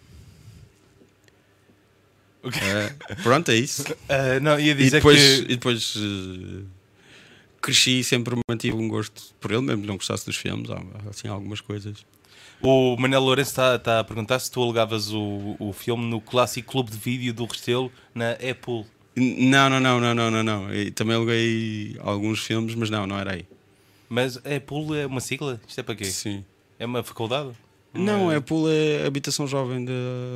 Ok.
Eh, pronto, é isso.
Ah, não, ia [laughs]
E
dizer
depois,
que.
e depois eh, cresci e sempre mantive um gosto por ele, mesmo que não gostasse dos filmes, há assim, algumas coisas.
O Manel Lourenço está está a perguntar se tu alugavas o, o filme no clássico clube de vídeo do Restelo na Apple.
N- Não, não, não, não, não, não, não. E também aluguei alguns filmes, mas não, não era aí.
Mas Apple é uma sigla? Isto é para quê?
Sim.
É uma faculdade?
Não, é Pula é Habitação Jovem da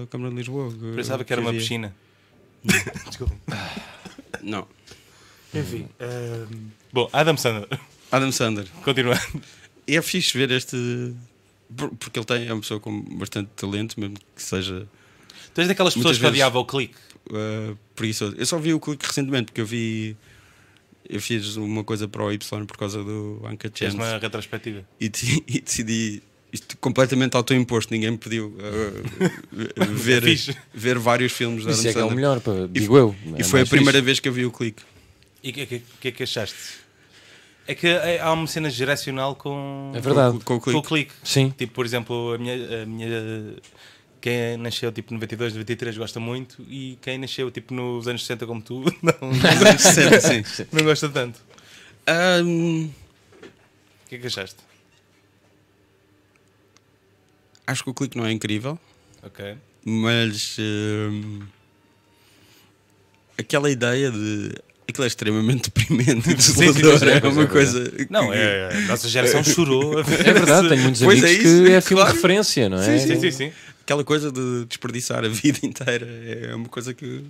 Câmara de Lisboa.
Pensava que era uma
havia.
piscina. Desculpa.
Não.
Enfim. Uhum.
ah,
Bom, Adam Sandler, [laughs]
Adam Sandler.
continuando.
E é fixe ver este. por- Porque ele tem, é uma pessoa com bastante talento, mesmo que seja
Tu és daquelas pessoas
Muitas
que
vezes-
odiava o clique.
uh, preguiçoso. Eu só vi o clique recentemente, porque eu vi. Eu fiz uma coisa para o Y por causa do Anka
Tens
Chance
uma retrospectiva.
e, te- [laughs] e decidi. Isto completamente autoimposto, ninguém me pediu
[laughs]
uh, ver,
É Fixe.
ver vários filmes da
Isso é que é o
Sandler.
melhor, pá, digo eu.
E
É
foi a
mais
primeira
fixe.
vez que eu vi o clique.
E o que, que, que é que achaste? É que é- há uma cena geracional com,
É verdade.
Com, o
com o
clique.
clique.
Sim.
Tipo, por exemplo, a minha, a minha- Quem nasceu tipo 92, 93 gosta muito e quem nasceu tipo nos anos 60 como tu [laughs] não,
Sim, sim.
não gosta tanto.
Ahm,
que é que achaste?
Acho que o clique não é incrível,
Ok.
mas hum, aquela ideia de aquilo é extremamente [laughs] deprimente e
sim,
desolador.
sim,
É
sim,
uma
sim.
coisa.
Não, é, a nossa geração chorou. a ver
[laughs] É verdade,
se-
tenho muitos
Pois
amigos
é isso,
[laughs]
que é filme
claro.
de referência, não é?
Sim, sim, sim. Sim,
Aquela coisa de desperdiçar a [laughs] vida inteira é uma coisa que.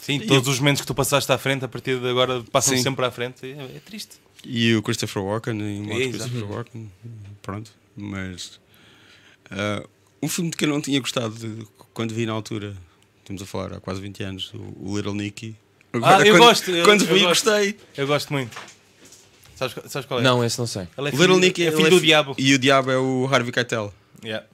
Sim, todos os momentos que tu passaste à frente, a partir de agora, passam sempre à frente. É, é triste.
E o Christopher Walken, e o
É,
outro Christopher Walken, pronto. Mas. ah, um filme de que eu não tinha gostado de- quando vi na altura, estamos a falar há quase 20 anos, o, o Little Nicky.
eu
quando,
gosto, eu-
Quando
eu
vi,
gosto.
gostei.
Eu gosto muito. Sabes, qual- sabes qual é?
Não, esse não sei.
Ele é
O
filho,
Little Nicky
é
ele
filho do diabo.
E o diabo é o Harvey Keitel.
Yeah.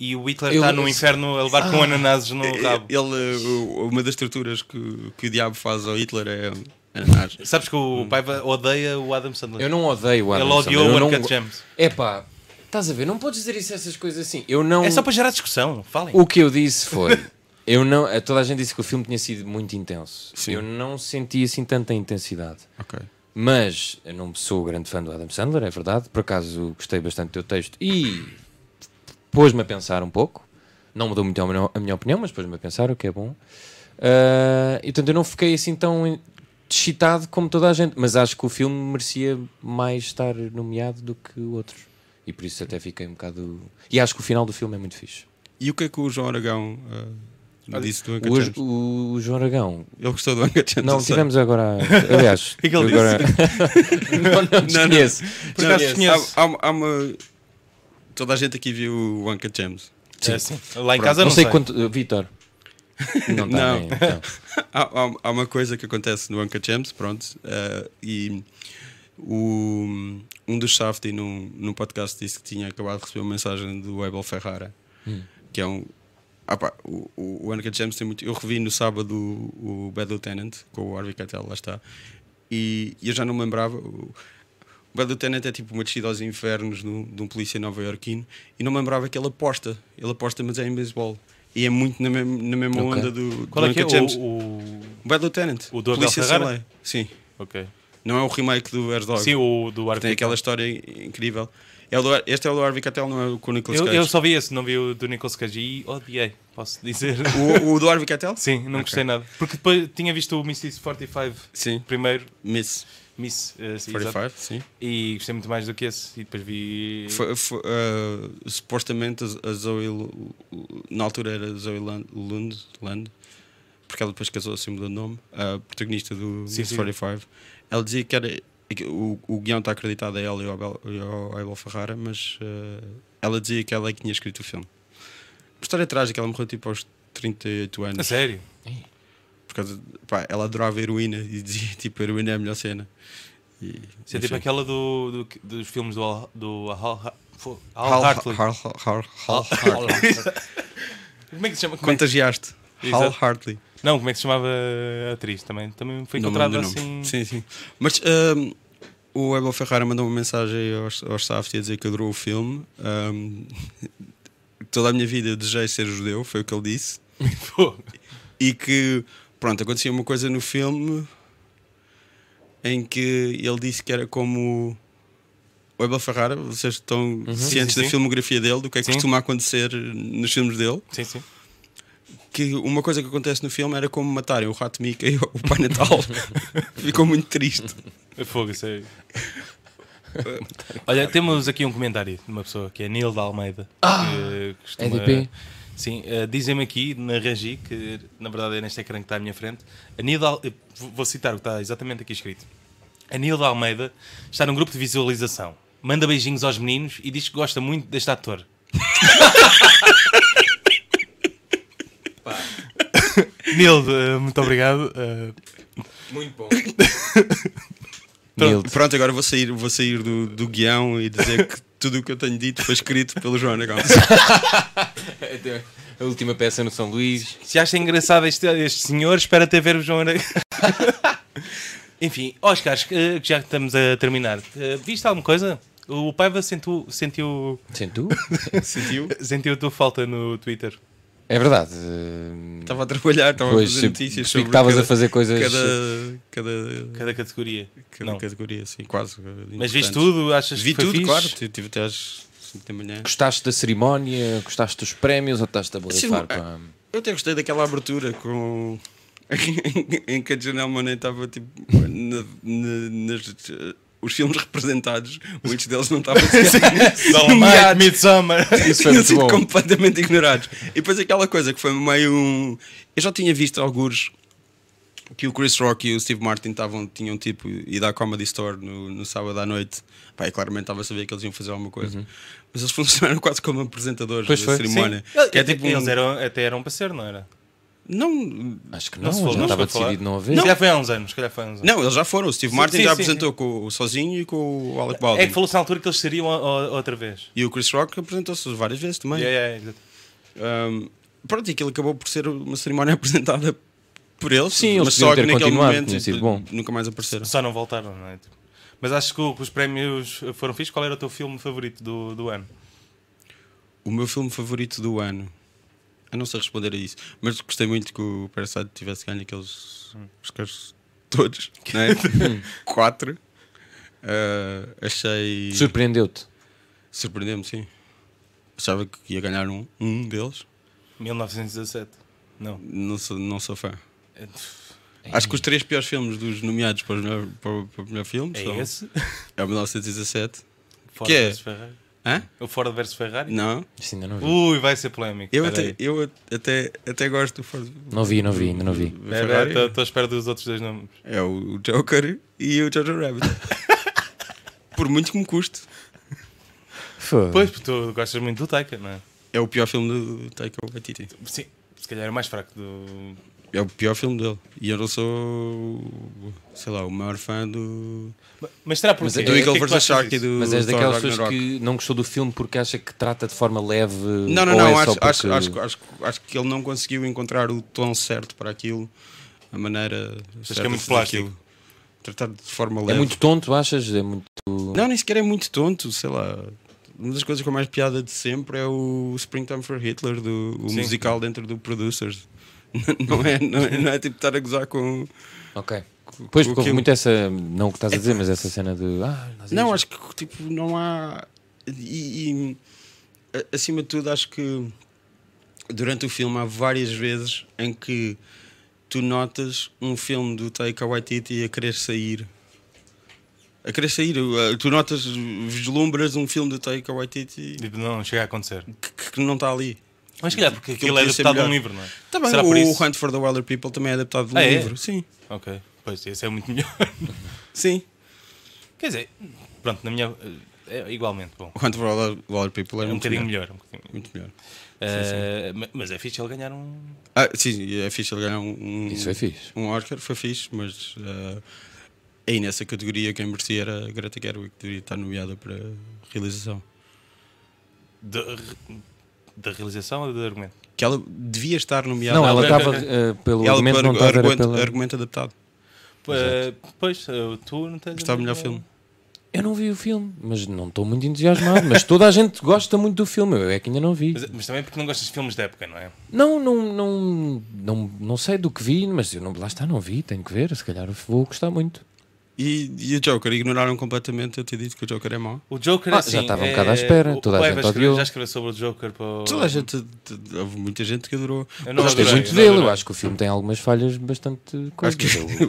E o Hitler
Eu- Ah.
está no inferno a levar com ananases no rabo.
Ele, uh, uma das torturas que, que o diabo faz ao Hitler é ananás.
Sabes que o Paiva odeia o Adam Sandler.
Eu não odeio o Adam
Ele odiou
Sandler, eu
o
não
Uncut
go-
Gems.
Epá, estás a ver? Não podes dizer isso essas coisas assim. Eu não.
É só para gerar discussão. Falem.
O que eu disse foi. Eu não, toda a gente disse que o filme tinha sido muito intenso.
Sim.
Eu não senti assim tanta intensidade.
Ok.
Mas eu não sou grande fã do Adam Sandler, é verdade. Por acaso gostei bastante do teu texto e pôs-me a pensar um pouco. Não mudou muito a minha, a minha opinião, mas pôs-me a pensar, o que é bom. Ah, e portanto eu não fiquei assim tão en- excitado como toda a gente, mas acho que o filme merecia mais estar nomeado do que outros. E por isso até fiquei um bocado. E acho que o final do filme é muito fixe.
E o que é que o João Aragão uh, disse do Anca
Hoje,
Ele
o, o João
[laughs]
Aragão.
gostou do Anca
Não, tivemos agora. Aliás,
que ele
agora... [laughs] não, não, desconheço.
Por acaso desconheço.
Há, há- há uma... Toda a gente aqui viu o Anca James.
É assim. Lá em casa
não,
não,
sei, quanto. uh, [laughs] Vitor. Não está
Não.
bem. Então. [laughs]
[laughs] Há, há- há uma coisa que acontece no Anca James, pronto. uh, e o- um dos Safdie num, num podcast disse que tinha acabado de receber uma mensagem do Abel Ferrara,
Hum.
que é um. Ah pá, o, o, o Anka James tem muito. Eu revi no sábado o, o Bad Lieutenant com o Harvey Keitel, lá está. E, e eu já não me lembrava. O, o Bad Lieutenant é tipo uma descida aos infernos no- de um polícia nova-iorquino e não me lembrava que ele aposta. Ele aposta, mas é em beisebol. E é muito na, mesma- na mesma
Ok.
onda do,
Qual
do
é que é
Anka James.
o, o-
O Bad Lieutenant.
O do Abel
Polícia Sem
Ferrara?
Lei. Sim.
Ok.
Não é o remake do Air Dog.
Sim, o do Arco.
Tem aquela história incrível. É o do, Ar- este é o do Harvey Keitel, não é o com o Nicolas
eu,
Cage.
eu só vi esse, não vi o do Nicolas Cage e odiei, posso dizer.
O, o do Harvey Keitel?
Sim, não gostei nada. Porque depois tinha visto o Mrs. 45
Sim.
primeiro,
Miss
Miss eh, sim, exato.
45, sim.
e gostei muito mais do que esse. E depois vi.
Foi- foi, ah, supostamente a a Zoe, Lu- Lu- na altura era Zoe Lund, Lund, Lund, porque ela depois casou-se e mudou de nome, a protagonista do
Sim,
Miss
sim.
45. Ela dizia que era. que O, o guião está acreditado a ela e ao Abel, e ao Abel Ferrara, mas ah, ela dizia que ela é que tinha escrito o filme. A história é trágica, ela morreu tipo aos 38
A
anos.
sério?
Por causa de- pá, ela adorava heroína e dizia [laughs] tipo, heroína é a melhor cena. E,
Isso é tipo
enfim.
aquela do, do- dos filmes do Al, do Al, Har- fo- Al
Hal-
Hartley.
Hal- Hal- Hal- Hal-
Como é que se chama? Como é que-
Contagiaste.
Exato.
Hal Hartley.
Não, como é que se chamava a atriz? Também, também foi
Não me
encontrada
lembro do nome.
assim. [laughs]
Sim, sim. Mas hum, o Abel Ferrara mandou uma mensagem aos, aos Safdie a dizer que adorou o filme. Hum, [laughs] toda a minha vida eu desejei ser judeu, foi o que ele disse.
Pô,
E que, pronto, acontecia uma coisa no filme em que ele disse que era como. O Abel Ferrara, vocês estão cientes
Sim, sim,
da
sim.
filmografia dele, do que é que
Sim.
costuma acontecer nos filmes dele.
sim, sim.
que uma coisa que acontece no filme era como matarem o rato Mica e o
[laughs]
Pai Natal. Ficou muito triste.
Fogo, isso é. [laughs] Olha, temos aqui um comentário de uma pessoa que é Nil da Almeida. que costuma-
EDP.
Sim, eh, dizem-me aqui na Regi, que na verdade é neste ecrã que está à minha frente. A Nil da Al- eh, vou- Vou citar o que está exatamente aqui escrito. A Nilda Almeida está num grupo de visualização. Manda beijinhos aos meninos e diz que gosta muito deste [laughs] ator. Nilda, muito obrigado. eh,
Muito bom.
Pronto, pronto, agora vou sair, vou sair do, do guião e dizer que tudo o que eu tenho dito foi escrito pelo João Aragão.
[laughs]
É,
A última peça no São Luís.
Se acha engraçado este, este senhor, espera até ver o João Aragão. [laughs] Enfim, Oscar, eh, que que já estamos a terminar. eh, Viste alguma coisa? O Paiva sentiu, sentiu,
Sem tu?
Sentiu?
sentiu a tua falta no Twitter.
É verdade. eh,
Estava a trabalhar, estava
Pois,
a fazer
sim,
notícias
percebi
sobre
que estavas
cada-
a fazer coisas.
Cada, cada,
Cada categoria.
cada
Não.
categoria, assim, quase. eh,
Mas viste
importantes.
tudo? Achas
Vi
que foi
tudo,
fixe?
claro. Tive tive até às 5 da manhã.
Gostaste da cerimónia? Gostaste dos prémios ou estás a
Sim,
blefar? pá?
Eu até gostei daquela abertura com. [laughs] em que a Janelle Monáe estava tipo. na- na- nas- eh, os filmes representados, muitos deles não
[laughs]
estavam
Oh,
Dolomite, Midsommar.
Isso foi [laughs]
tinham
muito
sido
bom.
completamente ignorados. E depois aquela coisa que foi meio um. Eu já tinha visto alguns que o Chris Rock e o Steve Martin estavam, tinham tipo ido à Comedy Store no, no sábado à noite. Pá, e claramente estava a saber que eles iam fazer alguma coisa. Mas eles [laughs] funcionaram quase como apresentadores
Uhum. Pois
da
foi,
cerimónia.
Sim.
Que é tipo um-
Eles eram, até eram para ser, não era?
Não,
Acho que não,
Não se falou, não
já
se
estava
foi falar.
decidido não haver.
Se calhar foi há uns anos. se calhar foi há uns anos.
Não, eles já foram. O Steve
Sim,
Martin
sim,
já
sim,
apresentou com o sozinho e com o Alec Baldwin.
É que falou-se na altura que eles seriam o- o- outra vez.
E o Chris Rock apresentou-se várias vezes também.
Yeah, yeah, exato.
Um, pronto, e aquilo acabou por ser uma cerimónia [laughs] apresentada por eles.
Sim, eles
mas
podiam
só
ter
que naquele
continuado,
momento
tinha sido bom.
nunca mais apareceram.
Só não voltaram, não é? Tipo, Mas acho que, o- que os prémios foram fixos. Qual era o teu filme favorito do, do ano?
O meu filme favorito do ano. Eu não sei responder a isso, mas gostei muito que o Parasite tivesse ganho aqueles Oscars
[laughs]
todos, né?
Hum.
Quatro. Uh, achei.
Surpreendeu-te.
Surpreendeu-me, sim. Achava que ia ganhar um, um deles.
1917. Não.
Não sou, não sou fã.
É,
Acho que os três piores filmes dos nomeados para, os melhor, para, o- para o melhor filme
É
são
esse?
é o 1917.
[laughs] Ford
Que é?
versus Ferrari.
Hã?
O Ford versus Ferrari?
Não.
Isso ainda não vi.
Ui, vai ser polémico.
Eu,
Espera
até,
aí.
eu até, até gosto do Ford.
Não vi, não vi, ainda não vi.
Espera, então.
Ferrari.
Estou estou à espera dos outros dois nomes.
É o Joker e o
[laughs]
Jojo Rabbit. Por muito que me custe,
Pois, porque tu gostas muito do Taika, não é?
é o pior filme do Taika Waititi.
Sim, se calhar é o mais fraco do.
É o pior filme dele. E eu não sou, sei lá, o maior fã do,
Ma- Mas será porque
Mas é
do
que
Eagle
que tu
vs.
achas
Shark e
disso?
do
Mas és
Thor
daquelas pessoas
Ragnarok.
que não gostou do filme porque acha que trata de forma leve.
Não, não,
ou
não.
é só
acho, acho,
porque-
acho, acho, acho que ele não conseguiu encontrar o tom certo para aquilo, a maneira. certa
que é muito
de fazer
plástico.
aquilo. Tratar de forma leve.
É muito tonto, achas? É muito.
Não, nem sequer é muito tonto, sei lá. Uma das coisas com mais piada de sempre é o Springtime for Hitler, do, o
Sim.
musical dentro do Producers. [laughs] Não é, não é, não é tipo estar a gozar com.
Ok. Pois,
com
porque houve
aquilo.
muito essa. Não o que estás a dizer, mas essa cena de. Ah, nazismo.
Não, acho que tipo, não há. E, e, a- acima de tudo, acho que durante o filme há várias vezes em que tu notas um filme do Taika Waititi a querer sair. A querer sair. Uh, Tu notas, vislumbras um filme do Taika Waititi
Tipo, não, chega a acontecer.
que, que não está ali.
Mas se calhar porque
Aquilo
aquilo é
podia ser
adaptado a um
melhor.
livro, não é?
Também
será
Tá o
por isso?
Hunt for the Wilder People também é adaptado do
Ah, é?
livro. Sim.
Ok, pois esse é muito [laughs] melhor.
Sim.
Quer dizer, pronto, na minha. É igualmente bom.
O Hunt for the Wilder People é,
É um
muito,
bocadinho
melhor.
melhor. um bocadinho melhor.
muito melhor.
Eh, ma- Mas é fixe ele ganhar um.
Ah, sim, é fixe ele ganhar um, um,
Isso foi fixe.
um Oscar, foi fixe, mas ah, aí nessa categoria quem merecia era a Greta Gerwig, que deveria estar nomeada para realização.
Da, da realização ou de argumento?
Que ela devia estar nomeada.
Não, ela
Ela-
estava. eh, pelo
ela
argumento,
por
não
argu-
estava. era
argumento,
Pela...
argumento adaptado.
Eh, pois, eh, tu não tens.
Gostava
a
do melhor
mesma-
filme.
Eu não vi o filme, mas não estou muito entusiasmado. mas toda a gente gosta muito do filme, eu é que ainda não vi.
Mas, mas também porque não gostas de filmes de época, não é?
Não, não, não, não, não sei do que vi, mas eu não, lá está, não vi, tenho que ver, se calhar vou gostar muito.
E, e o Joker, ignoraram completamente eu ter dito que o Joker é mau.
O Joker
Ah,
assim,
já estava um
é-
bocado à espera,
o-
toda a
o
gente
Eva escreveu-
odiou.
Já escreveu sobre o Joker para o-
Toda a gente, t- t- houve muita gente que adorou.
Eu não
Mas é-
Gostei
adorei,
muito
não
dele, eu
adorei.
acho que o filme tem algumas falhas bastante coisas.
Acho [laughs] que
Eu-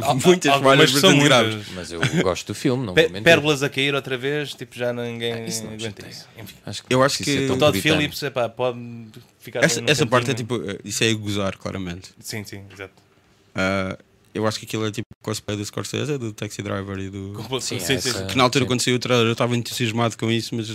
Algumas
muitas falhas
são
bastante
muitas.
graves.
mas eu gosto do filme, não
Pé-
vou mentir.
Pérolas a cair outra vez, tipo, já ninguém
isso não me
aguenta
chateia.
isso. Enfim.
Acho
Eu acho
preciso
que-
ser
O
tão
Todd
puritano.
Phillips, epá, pode ficar.
Essa,
num
essa parte é
cantinho.
tipo, eh, isso é a gozar, claramente.
Sim, sim, exato.
Ah, eu acho que aquilo é tipo cosplay do Scorsese, é do Taxi Driver e do.
[laughs] Sim,
sim,
sim,
essa-
sim.
Que na altura,
sim.
quando saiu o trailer, eu estava entusiasmado com isso, mas [laughs]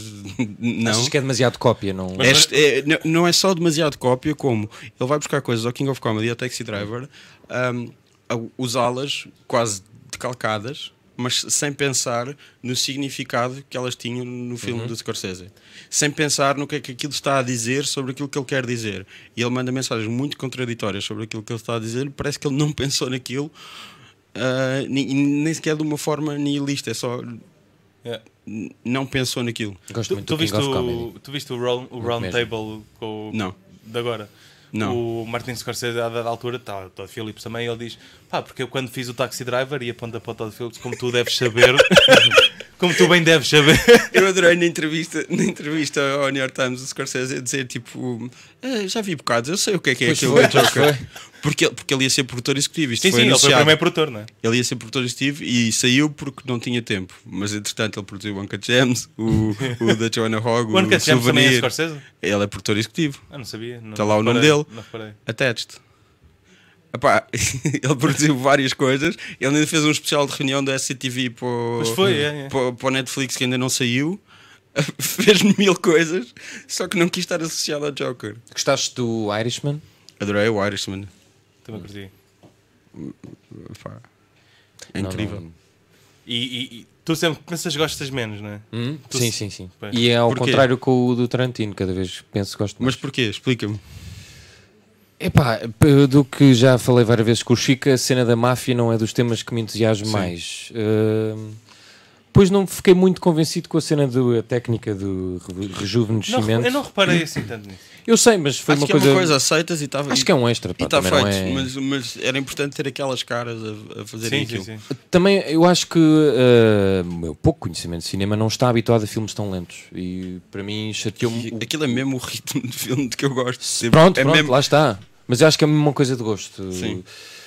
não.
Achas que é demasiado cópia, não?
Mas-
Este- é- n- não é só demasiado cópia, como ele vai buscar coisas ao King of Comedy e ao Taxi Driver, ahm, a usá-las quase decalcadas, mas sem pensar no significado que elas tinham no filme
Uhum.
do Scorsese. Sem pensar no que é que aquilo está a dizer sobre aquilo que ele quer dizer. E ele manda mensagens muito contraditórias sobre aquilo que ele está a dizer, parece que ele não [laughs] pensou naquilo. ah, ni- nem sequer de uma forma nihilista, é só
Yeah.
n- não pensou naquilo.
Gosto
Tu,
muito
tu
do King
viste
of Comedy.
o, tu viste o Round, o round
mesmo.
Table com o-
Não.
de agora?
Não.
O Martin Scorsese, a dada altura, tá, o Todd Phillips também, ele diz: pá, porque eu quando fiz o Taxi Driver e aponta para o Todd Phillips, como tu deves
[laughs]
saber, como tu bem deves saber.
[laughs] Eu adorei na entrevista, na entrevista ao New York Times o Scorsese a dizer tipo "Ah, já vi bocados, eu sei o que é que é
Pois
aquilo
foi,
do
pois
Joker.
foi.
[laughs] Porque, ele- porque ele ia ser produtor executivo. Isto
Sim,
foi
sim, ele foi o
anunciado.
primeiro produtor, não é?
Ele ia ser produtor executivo e saiu porque não tinha tempo. Mas entretanto ele produziu o Uncut Gems, o, o da Joanna Hogg,
[laughs]
o,
O ano que James também é
Souvenir.
Scorsese?
Ele é produtor executivo.
Ah, não sabia. não
Está lá o nome
reparei,
dele.
Não reparei.
Attached. Epá, [laughs] ele produziu várias coisas. Ele ainda fez um especial de reunião da SCTV para o,
Pois foi, é, é.
para o- para o Netflix que ainda não saiu. [laughs] fez mil coisas, só que não quis estar associado ao Joker.
Gostaste do Irishman?
Adorei o Irishman.
Também curti.
Epá, é
Não,
incrível.
não.
E, e- e tu sempre começas, gostas menos, não é?
Hum?
Tu
Sim,
se-
sim, sim.
Pois.
E é ao
Porquê?
contrário com o do Tarantino, cada vez penso que gosto mais.
Mas porquê? Explica-me.
Epá, p- do que já falei várias vezes com o Chico, a cena da máfia não é dos temas que me entusiasmo mais. Ahm, pois não fiquei muito convencido com a cena da técnica do reju-
Não,
rejuvenescimento.
eu não reparei assim tanto nisso.
Eu sei, mas foi
Acho
uma
que
coisa,
é uma coisa, aceitas e estava.
Acho que é um extra,
E
pá,
está
também
feito,
não é-
mas, mas era importante ter aquelas caras a, a
Sim,
fazerem aquilo.
sim, sim.
Também eu acho que ah, o meu pouco conhecimento de cinema não está habituado a filmes tão lentos. E para mim chateou-me.
E
o-
Aquilo é mesmo o ritmo de filme de que eu gosto.
Pronto,
é
pronto,
mesmo-
lá está. Mas eu acho que é mesmo uma coisa de gosto.
Sim.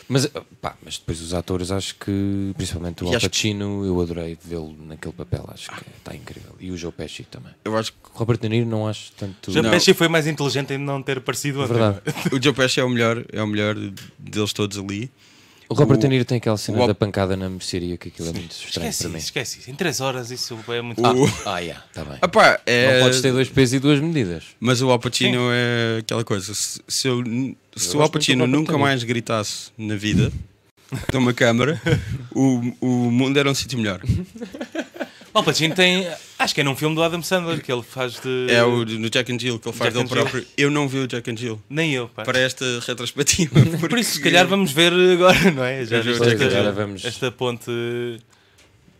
Mas, eh, pá, mas depois os atores, acho que, principalmente o
E
Al
acho que-
Pacino, eu adorei vê-lo naquele papel, acho que está incrível. E o Joe Pesci também.
Eu acho que
Robert De Niro não acho tanto...
Já
Não.
Pesci foi mais inteligente em não ter parecido ontem.
Verdade.
[laughs] O Joe Pesci é o melhor, é o melhor deles todos ali.
O Robert
O-
De Niro tem aquela cena
o Al-
da pancada na mercearia que aquilo é muito estranho
Esquece
para
isso,
mim.
esquece isso. Em 3 horas isso é muito.
O-
Ah, yeah, está bem.
Ah pá, é-
Não podes ter dois pesos e duas medidas.
Mas o Al Pacino é aquela coisa. Se, se eu- se
gosto
o Al
muito
Pacino
do Al
nunca
Pacino.
mais gritasse na vida, [laughs] de uma câmara, o, o mundo era um sítio melhor.
O Al Pacino tem. Acho que é num filme do Adam Sandler que ele faz de.
É o no Jack and Jill que ele faz
Jack
dele
and Jill.
próprio. Eu não vi o Jack and Jill
Nem eu, pá.
para esta retrospectiva.
[laughs] Por isso, se calhar vamos ver agora, [laughs] não é? Já
Vamos ver
viste
o
esta,
Jack and Jill.
Agora vamos-
esta ponte.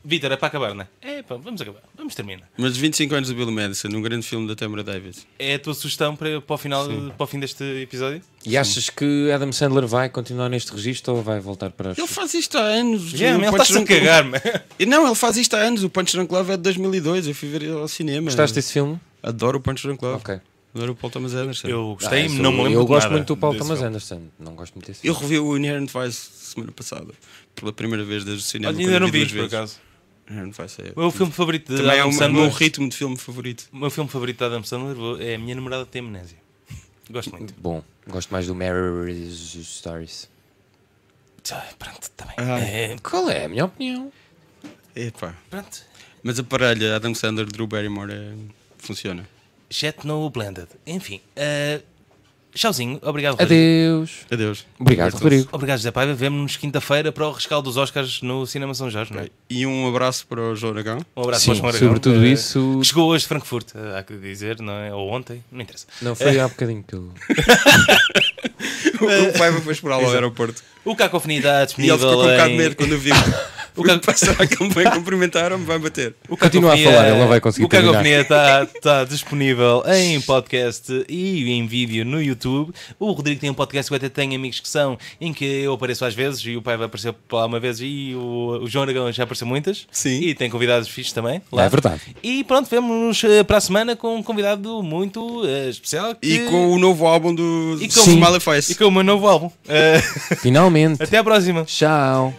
Vitor, é para acabar, não é? É, pá, vamos acabar. Vamos terminar.
Mas 25 anos do Billy Madison, um grande filme da Tamara Davis.
É a tua sugestão para, para, o, final, para o fim deste episódio?
E achas que Adam Sandler vai continuar neste registro ou vai voltar para... as-
Ele faz isto há anos.
Yeah,
o
man, ele
Punch
está-se a
Drunk Love-
cagar, man.
Não, ele faz isto há anos. O Punch Drunk Love é de 2002. Eu fui ver ele ao cinema.
Gostaste desse filme?
Adoro o Punch Drunk Love.
Ok.
Adoro o Paul Thomas Anderson.
Eu
Ah,
gostei,
isso
não me lembro.
Eu
de
gosto
nada
muito do Paul
desse
Thomas
filme.
Anderson. Não gosto muito desse
Eu
filme.
revi o Inherent Vice semana passada, pela primeira vez desde o cinema.
Olha,
quando
ainda não vi,
duas
por
vezes.
acaso.
Inherent Vice é...
O meu filme favorito de
Também é
Adam
um, o
Sandler.
meu ritmo de filme favorito.
O meu filme favorito de Adam Sandler vou- é a minha namorada tem amnésia. Gosto muito.
Bom, gosto mais do Marriage Stories.
Ah, Pronto, está bem.
Ah.
É,
Qual é a minha opinião?
Epá.
pronto.
Mas a parelha Adam Sandler, Drew Barrymore é... funciona.
Jet No Blended. Enfim. ah, tchauzinho. Obrigado, Rodrigo.
Adeus.
Adeus.
Obrigado, Rodrigo.
Obrigado, José Paiva. Vemo-nos quinta-feira para o rescaldo dos Oscars no Cinema São Jorge, não é?
E um abraço para o João
[laughs]
Aragão.
Um abraço
Sim,
para o João Aragão,
sobretudo
ah,
isso-
que Chegou hoje de Frankfurt, ah, há que dizer, não é? Ou ontem, não interessa.
Não, foi há bocadinho que eu...
o pai me foi esperar lá ao aeroporto.
O Cacofonia está
É. E ele
disponível.
ficou com um bocado de
em-
medo quando eu vi.
[laughs]
O que passar a campanha, cumprimentaram-me, vai bater.
O
Continua a
Cacofonia-
falar, ele não vai conseguir
é O Cacofonia está está é tá, disponível em podcast e em vídeo no YouTube. O Rodrigo tem um podcast que eu até tenho amigos que são, em que eu apareço às vezes e o pai vai aparecer lá uma vez e o, o João Aragão já apareceu muitas.
Sim.
E tem convidados fixos também.
É verdade.
E pronto, vemos eh, para a semana com um convidado muito eh, especial. que-
E com o novo álbum do
E com-
Smiley
e
Face.
com o meu novo álbum. Eh, [laughs]
Finalmente.
até à próxima.
Tchau.